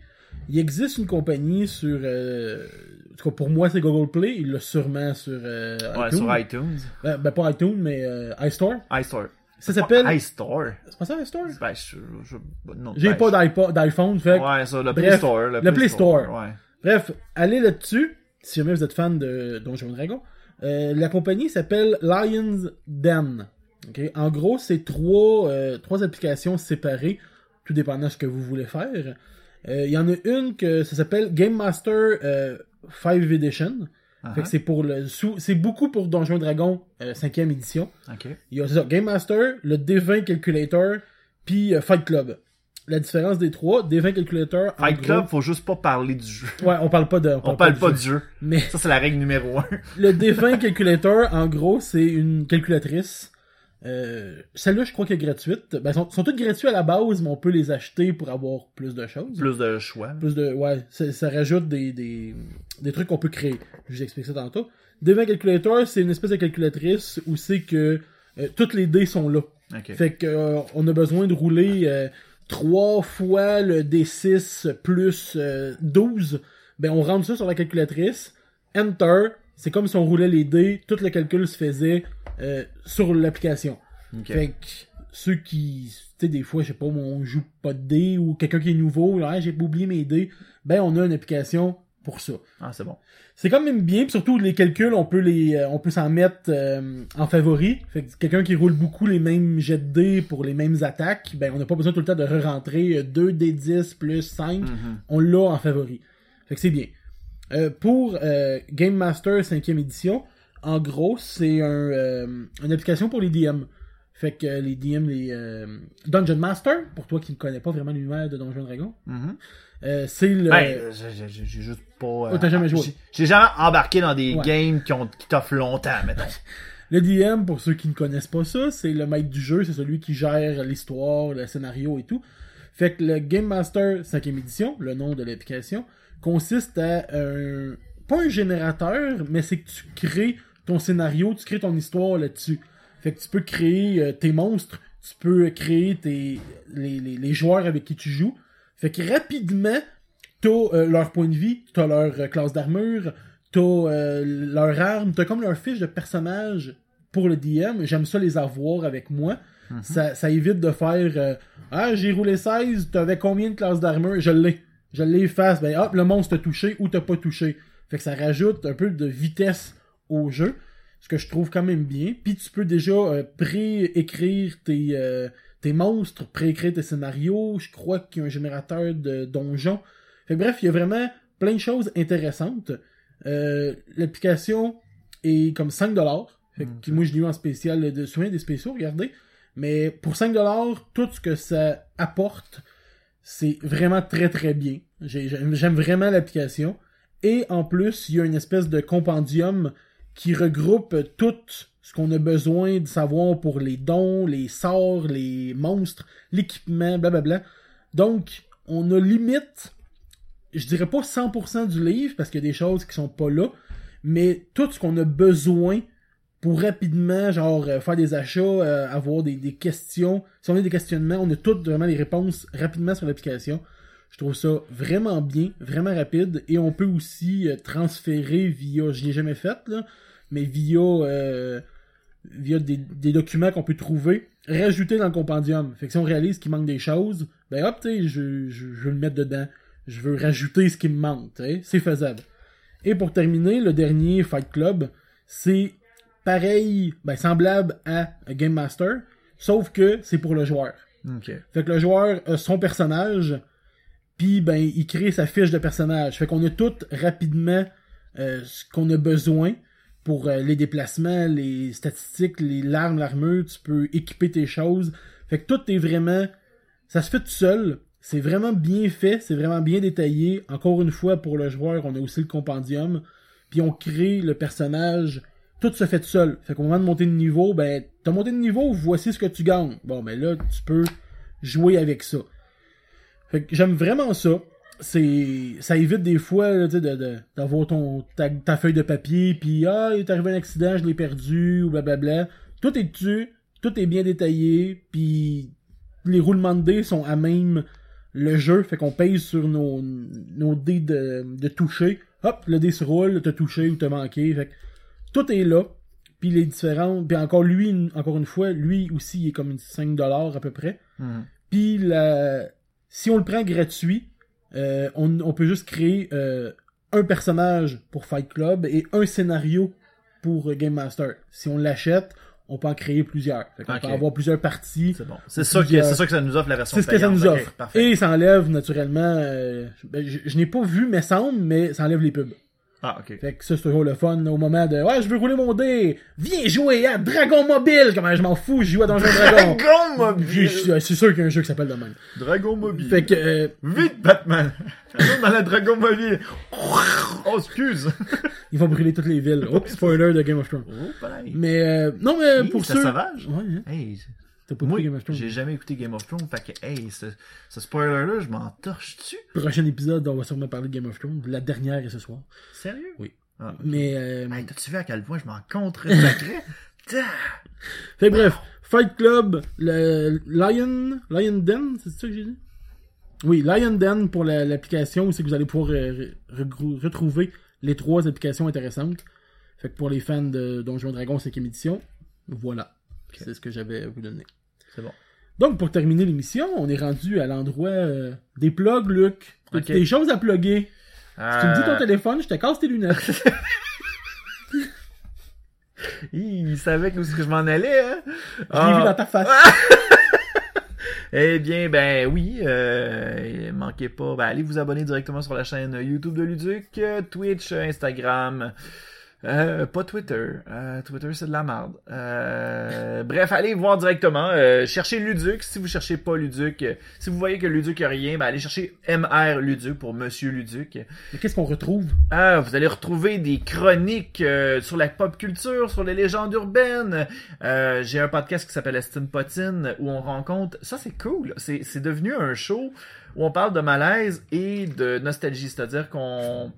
Speaker 2: il existe une compagnie sur... euh, en tout cas, pour moi, c'est Google Play. Il l'a sûrement sur euh,
Speaker 3: Ouais,
Speaker 2: iTunes.
Speaker 3: sur iTunes.
Speaker 2: Ben, ben, pas iTunes, mais euh, iStore.
Speaker 3: iStore.
Speaker 2: Ça s'appelle...
Speaker 3: Ah, iStore.
Speaker 2: C'est pas ça, iStore?
Speaker 3: Ben, je, je- non,
Speaker 2: J'ai
Speaker 3: ben,
Speaker 2: pas
Speaker 3: je-
Speaker 2: d'iPod- d'iPhone, fait que-
Speaker 3: Ouais, ça, le
Speaker 2: Bref,
Speaker 3: Play Store. Le,
Speaker 2: Play Store.
Speaker 3: Ouais.
Speaker 2: Bref, allez là-dessus, si jamais vous êtes fan de Donjons et Dragons. Euh, la compagnie s'appelle Lions Den. Ok, En gros, c'est trois, euh, trois applications séparées, tout dépendant de ce que vous voulez faire. Euh, Il y en a une que ça s'appelle Game Master euh, 5 Edition.
Speaker 3: Ah,
Speaker 2: Fait que c'est pour le sous- c'est beaucoup pour Donjons et Dragons euh, 5e édition.
Speaker 3: Ok.
Speaker 2: Il y a c'est ça, Game Master, le D20 Calculator, puis euh, Fight Club. La différence des trois, D20 Calculator, en
Speaker 3: Fight
Speaker 2: gros-
Speaker 3: Club, faut juste pas parler du jeu.
Speaker 2: Ouais, on parle pas de.
Speaker 3: On parle pas
Speaker 2: du-
Speaker 3: du jeu.
Speaker 2: Mais
Speaker 3: Ça, c'est la règle numéro un.
Speaker 2: le D20 Calculator, en gros, c'est une calculatrice. Euh, Celle-là, je crois qu'elle est gratuite. Ben, sont, sont toutes gratuites à la base, mais on peut les acheter pour avoir plus de choses.
Speaker 3: Plus de choix.
Speaker 2: Plus de. Ouais, ça, ça rajoute des, des, des trucs qu'on peut créer. Je vous explique ça tantôt. D20 Calculator, c'est une espèce de calculatrice où c'est que euh, toutes les dés sont là.
Speaker 3: Ok.
Speaker 2: Fait que euh, on a besoin de rouler euh, trois fois le D6 plus euh, 12. Ben on rentre ça sur la calculatrice. Enter. C'est comme si on roulait les dés. Tout le calcul se faisait euh, sur l'application.
Speaker 3: ok.
Speaker 2: Fait que ceux qui. Tu sais, des fois, je sais pas, moi, on joue pas de dés ou quelqu'un qui est nouveau, là, Ah, j'ai oublié mes dés. Ben on a une application pour ça.
Speaker 3: Ah, c'est bon.
Speaker 2: C'est quand même bien, pis surtout les calculs, on peut les, euh, on peut s'en mettre euh, en favori. Fait que quelqu'un qui roule beaucoup les mêmes jets de dés pour les mêmes attaques, ben on n'a pas besoin tout le temps de re-rentrer euh, 2 d 10 plus 5,
Speaker 3: Mhm.
Speaker 2: on l'a en favori. Fait que c'est bien. Euh, pour euh, Game Master 5e édition, en gros, c'est un, euh, une application pour les DM. Fait que euh, les DM, les euh, Dungeon Master, pour toi qui ne connais pas vraiment l'univers de Donjon Dragon,
Speaker 3: Mhm.
Speaker 2: euh, c'est le...
Speaker 3: Ben, j'ai- j'ai j'ai juste pas. euh,
Speaker 2: Oh, t'as jamais joué.
Speaker 3: j'ai- J'ai jamais embarqué dans des
Speaker 2: Ouais.
Speaker 3: games qui, ont, qui t'offrent longtemps, mettons.
Speaker 2: Le DM, pour ceux qui ne connaissent pas ça, c'est le maître du jeu, c'est celui qui gère l'histoire, le scénario et tout. Fait que le Game Master 5e édition, le nom de l'application, consiste à un... pas un générateur, mais c'est que tu crées ton scénario, tu crées ton histoire là-dessus. Fait que tu peux créer euh, tes monstres, tu peux créer tes les, les- les joueurs avec qui tu joues. Fait que rapidement, t'as euh, leur point de vie, t'as leur euh, classe d'armure, t'as euh, leur arme, t'as comme leur fiche de personnage pour le DM. J'aime ça les avoir avec moi. ça, ça évite de faire euh, Ah, j'ai roulé 16, t'avais combien de classes d'armure Je l'ai. Je l'ai face. Ben hop, le monstre t'a touché ou t'as pas touché. Fait que ça rajoute un peu de vitesse au jeu, ce que je trouve quand même bien. Puis tu peux déjà euh, pré-écrire tes, euh, tes monstres, pré-écrire tes scénarios. Je crois qu'il y a un générateur de donjons. Fait que bref, il y a vraiment plein de choses intéressantes. Euh, L'application est comme 5$. Fait que
Speaker 3: Ok.
Speaker 2: moi, je l'ai eu en spécial de soins, des spéciaux, regardez. Mais pour 5$, tout ce que ça apporte, c'est vraiment très très bien. J'ai- J'aime j'aime vraiment l'application. Et en plus, il y a une espèce de compendium qui regroupe tout ce qu'on a besoin de savoir pour les dons, les sorts, les monstres, l'équipement, blablabla. Donc, on a limite, je dirais pas 100% du livre, parce qu'il y a des choses qui sont pas là, mais tout ce qu'on a besoin pour rapidement, genre, euh, faire des achats, euh, avoir des, des questions. Si on a des questionnements, on a toutes vraiment les réponses rapidement sur l'application. Je trouve ça vraiment bien, vraiment rapide. Et on peut aussi euh, transférer via, je l'ai jamais fait, là, mais via, euh, via des, des documents qu'on peut trouver, rajouter dans le compendium. Fait que si on réalise qu'il manque des choses, ben hop, tu sais, je, je, je veux le mettre dedans. Je veux rajouter ce qui me manque, tu sais. C'est faisable. Et pour terminer, le dernier Fight Club, c'est pareil, ben, semblable à Game Master, sauf que c'est pour le joueur.
Speaker 3: Ok.
Speaker 2: Fait que le joueur a son personnage, puis ben il crée sa fiche de personnage. Fait qu'on a tout rapidement euh, ce qu'on a besoin pour euh, les déplacements, les statistiques, les larmes, l'armure, tu peux équiper tes choses. Fait que tout est vraiment ça se fait tout seul. C'est vraiment bien fait, c'est vraiment bien détaillé. Encore une fois, pour le joueur, on a aussi le compendium. Puis on crée le personnage. Tout se fait tout seul. Fait qu'au moment de monter de niveau, ben, t'as monté de niveau, voici ce que tu gagnes. Bon, ben là, tu peux jouer avec ça. Fait que j'aime vraiment ça. C'est, ça évite des fois, là, tu sais, de- de- d'avoir ton, ta, ta feuille de papier, puis ah, il est arrivé un accident, je l'ai perdu, ou blablabla. Tout est dessus, tout est bien détaillé, puis les roulements de dés sont à même le jeu, fait qu'on pèse sur nos, nos dés de, de toucher. Hop, le dé se roule, t'as touché ou t'as manqué. Fait que tout est là. Puis les différents. Puis encore lui, une- encore une fois, lui aussi, il est comme 5$ à peu près.
Speaker 3: Mhm.
Speaker 2: Puis la- si on le prend gratuit, euh, on, on peut juste créer euh, un personnage pour Fight Club et un scénario pour euh, Game Master. Si on l'achète, on peut en créer plusieurs. Fait qu'on
Speaker 3: Ok.
Speaker 2: peut avoir plusieurs parties.
Speaker 3: C'est bon. C'est sûr, que, c'est sûr que ça nous offre la version
Speaker 2: C'est ce que ça
Speaker 3: payante.
Speaker 2: nous
Speaker 3: Ok,
Speaker 2: offre.
Speaker 3: parfait.
Speaker 2: et ça enlève naturellement. euh, ben, je je n'ai pas vu, mais semble, mais ça enlève les pubs.
Speaker 3: Ah, ok.
Speaker 2: Fait que ça, c'est toujours le fun là, au moment de Ouais, je veux rouler mon dé. Viens jouer à Dragon Mobile. Comment je m'en fous, je joue à Donjon Dragon.
Speaker 3: Dragon
Speaker 2: Je- je- C'est sûr qu'il y a un jeu qui s'appelle de même.
Speaker 3: Dragon Mobile.
Speaker 2: Fait que. euh,
Speaker 3: Vite, Batman! Allons dans la Dragon Mobile! Oh, excuse!
Speaker 2: ils vont brûler toutes les villes. Oups, spoiler de Game of Thrones.
Speaker 3: Oh, pareil.
Speaker 2: Mais euh, non, mais
Speaker 3: Hey,
Speaker 2: pour
Speaker 3: c'est
Speaker 2: ceux.
Speaker 3: sauvage.
Speaker 2: Ouais, hein,
Speaker 3: Hey, c'est-
Speaker 2: t'as pas
Speaker 3: moi,
Speaker 2: pris Game of Thrones.
Speaker 3: j'ai jamais écouté Game of Thrones, fait que, hey, ce, ce spoiler-là, je m'en torche dessus.
Speaker 2: Prochain épisode, on va sûrement parler de Game of Thrones. La dernière est ce soir.
Speaker 3: Sérieux?
Speaker 2: Oui.
Speaker 3: Ah, ok.
Speaker 2: Mais. euh,
Speaker 3: Hey, t'as-tu vu à quel point je m'en contre sacré?
Speaker 2: Fait que bref, Fight Club, le Lion, Lion Den, c'est ça que j'ai dit? Oui, Lion Den pour la- l'application où c'est que vous allez pouvoir euh, re- regrou- retrouver les trois applications intéressantes. Fait que pour les fans de Donjons et Dragons 5ème édition, voilà. C'est ce que j'avais à vous donner.
Speaker 3: C'est bon.
Speaker 2: Donc, pour terminer l'émission, on est rendu à l'endroit euh, des plugs, Luc. T'as
Speaker 3: Ok.
Speaker 2: des choses à plugger. Si tu me dis ton
Speaker 3: Euh,
Speaker 2: téléphone, je te casse tes lunettes.
Speaker 3: Hi, Il savait que où est-ce que je m'en allais, hein?
Speaker 2: Je l'ai vu dans ta face.
Speaker 3: Eh bien, ben oui, euh, manquez pas, ben, allez vous abonner directement sur la chaîne YouTube de Luduc, euh, Twitch, euh, Instagram, euh, pas Twitter, Euh, Twitter c'est de la merde. Euh, bref, allez voir directement, euh, cherchez Luduc, si vous cherchez pas Luduc, euh, si vous voyez que Luduc y a rien, ben allez chercher MR Luduc pour Monsieur Luduc.
Speaker 2: Mais qu'est-ce qu'on retrouve?
Speaker 3: Ah, vous allez retrouver des chroniques euh, sur la pop culture, sur les légendes urbaines. Euh, J'ai un podcast qui s'appelle Estine Potine où on rencontre. Ça, c'est cool. C'est c'est devenu un show où on parle de malaise et de nostalgie. C'est-à-dire qu'on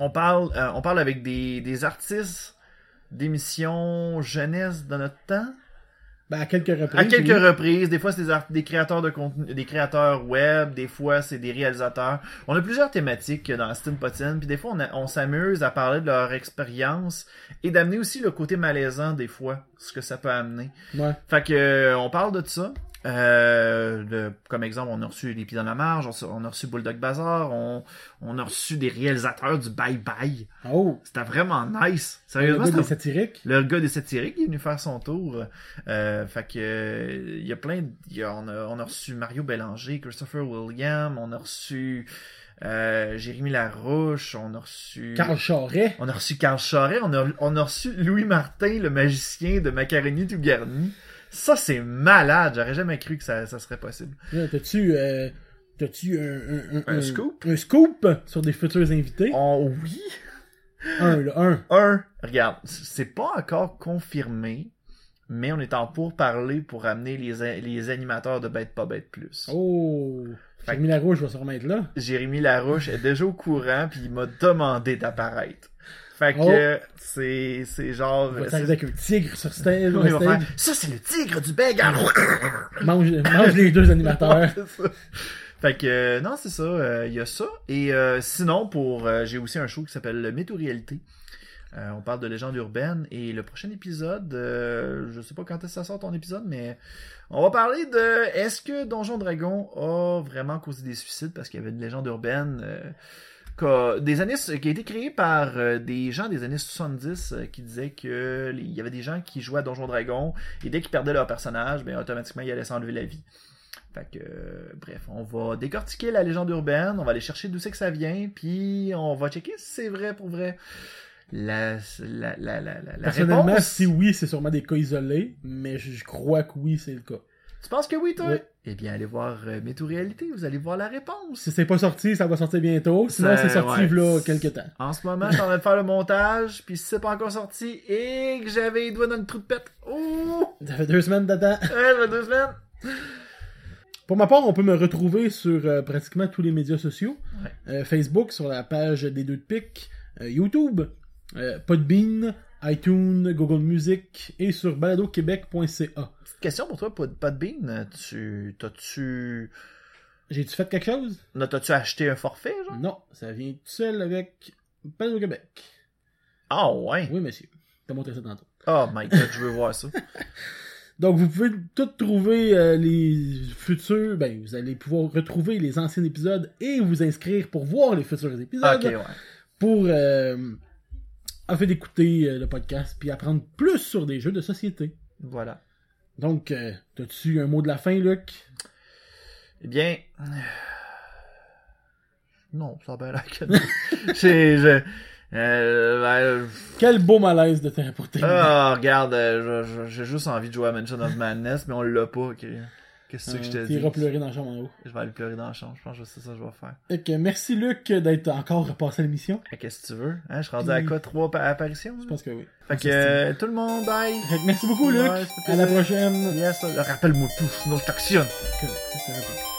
Speaker 3: on parle, euh, on parle avec des, des artistes d'émissions jeunesse de notre temps.
Speaker 2: Ben, à quelques reprises.
Speaker 3: À quelques
Speaker 2: oui.
Speaker 3: reprises, des fois c'est des, art- des créateurs de contenu, des créateurs web, des fois c'est des réalisateurs. On a plusieurs thématiques dans Steam Potine, puis des fois on, a- on s'amuse à parler de leur expérience et d'amener aussi le côté malaisant des fois, ce que ça peut amener.
Speaker 2: Ouais.
Speaker 3: Fait que euh, on parle de ça. Euh, de- comme exemple, on a reçu Les Pieds dans la Marge, on, s- on a reçu Bulldog Bazaar, on, on a reçu des réalisateurs du Bye Bye.
Speaker 2: Oh!
Speaker 3: C'était vraiment nice.
Speaker 2: Le
Speaker 3: Sérieusement,
Speaker 2: gars des
Speaker 3: c'était
Speaker 2: satiriques.
Speaker 3: le gars des satiriques est venu faire son tour. Euh, fait que euh, il y a plein de- il y a- on, a, on a reçu Mario Bélanger, Christopher William, on a reçu euh, Jérémy Larouche, on a reçu
Speaker 2: Mm. Carl Charret.
Speaker 3: on a reçu Carl Charret, on a, on a reçu Louis Martin, le magicien de Macaroni tout garni. Ça c'est malade, j'aurais jamais cru que ça, ça serait possible.
Speaker 2: Là, T'as-tu euh, t'as-tu un,
Speaker 3: Un scoop?
Speaker 2: Un scoop sur des futurs invités?
Speaker 3: Oh oui,
Speaker 2: Un, là, un.
Speaker 3: un, regarde, c'est pas encore confirmé, mais on est en pourparler pour amener les, a- les animateurs de Bête pas Bête plus.
Speaker 2: Oh!
Speaker 3: Fait
Speaker 2: J'ai mis la rouge, je vais se remettre là.
Speaker 3: Jérémy Larouche est déjà au courant puis il m'a demandé d'apparaître. Fait que
Speaker 2: Oh.
Speaker 3: euh, c'est c'est genre
Speaker 2: On va
Speaker 3: c'est-
Speaker 2: t'arriver avec un tigre sur stage.
Speaker 3: Oui, il va
Speaker 2: stage.
Speaker 3: faire, ça c'est le tigre du Bengal.
Speaker 2: mange, mange les deux animateurs.
Speaker 3: C'est ça. fait que euh, non, c'est ça, euh, il y a ça et euh, sinon pour euh, j'ai aussi un show qui s'appelle le Mythe ou réalité. Euh, on parle de légendes urbaines et le prochain épisode, euh, je sais pas quand est-ce que ça sort ton épisode, mais on va parler de est-ce que Donjon Dragon a vraiment causé des suicides parce qu'il y avait une légende urbaine euh, qu'a- des années qui a été créée par euh, des gens des années 70 euh, qui disaient que les- il y avait des gens qui jouaient à Donjon Dragon et dès qu'ils perdaient leur personnage, ben automatiquement ils allaient s'enlever la vie. Fait que, euh, bref, on va décortiquer la légende urbaine, on va aller chercher d'où c'est que ça vient, puis on va checker si c'est vrai pour vrai. La, la, la, la, la, la
Speaker 2: Personnellement,
Speaker 3: réponse.
Speaker 2: si oui, c'est sûrement des cas isolés, mais je, je crois que oui, c'est le cas.
Speaker 3: Tu penses que oui, toi?
Speaker 2: Oui.
Speaker 3: Eh bien, allez voir euh, Météo Réalité, vous allez voir la réponse.
Speaker 2: Si c'est pas sorti, ça va sortir bientôt. Sinon,
Speaker 3: Ça-
Speaker 2: c'est sorti
Speaker 3: ouais.
Speaker 2: là quelques temps.
Speaker 3: En ce moment, je suis en train de faire le montage, puis si c'est pas encore sorti et que j'avais les doigts dans le trou de pète, oh!
Speaker 2: Ça fait deux semaines d'attente.
Speaker 3: Ouais, ça fait deux semaines!
Speaker 2: Pour ma part, on peut me retrouver sur euh, pratiquement tous les médias sociaux.
Speaker 3: Ouais.
Speaker 2: Euh, Facebook, sur la page des deux de pique, euh, YouTube, euh, Podbean, iTunes, Google Music et sur baladoquebec.ca.
Speaker 3: Petite question pour toi, Pod- Podbean, tu, t'as-tu,
Speaker 2: J'ai-tu fait quelque chose?
Speaker 3: non, t'as-tu acheté un forfait, genre?
Speaker 2: Non, ça vient tout seul avec Balado Québec.
Speaker 3: Ah ouais!
Speaker 2: Oui, monsieur. T'as montré ça tantôt.
Speaker 3: Oh my god, je veux voir ça.
Speaker 2: Donc, vous pouvez tout trouver euh, les futurs. Ben, vous allez pouvoir retrouver les anciens épisodes et vous inscrire pour voir les futurs épisodes.
Speaker 3: ok, ouais.
Speaker 2: pour euh, en fait d'écouter euh, le podcast puis apprendre plus sur des jeux de société.
Speaker 3: Voilà.
Speaker 2: Donc, euh, t'as-tu un mot de la fin, Luc?
Speaker 3: Eh bien. Non, ça a bien l'air que non. C'est, je, euh, ben,
Speaker 2: Quel beau malaise de te pour terminer.
Speaker 3: Ah, regarde, euh, je- je- j'ai juste envie de jouer à Mansion of Madness, mais on l'a pas, ok. Qu'est-ce que tu veux que je te
Speaker 2: Euh,
Speaker 3: dis?
Speaker 2: T'iras pleurer dans la chambre en haut.
Speaker 3: Je vais aller pleurer dans la chambre, je pense que c'est ça que je vais faire.
Speaker 2: Fait que merci, Luc, d'être encore repassé à l'émission.
Speaker 3: Ah, Qu'est-ce que tu veux? Hein, je suis rendu à
Speaker 2: Puis-
Speaker 3: quoi? Trois pa- apparitions?
Speaker 2: Je
Speaker 3: là?
Speaker 2: pense que oui.
Speaker 3: Fait que euh, tout le monde, bye!
Speaker 2: Fait que merci beaucoup, Luc.
Speaker 3: Ouais, ça fait
Speaker 2: à la
Speaker 3: plaisir.
Speaker 2: prochaine.
Speaker 3: Yes, euh, rappelle-moi tout, sinon je t'actionne!
Speaker 2: Correct, ça, je te rappelle.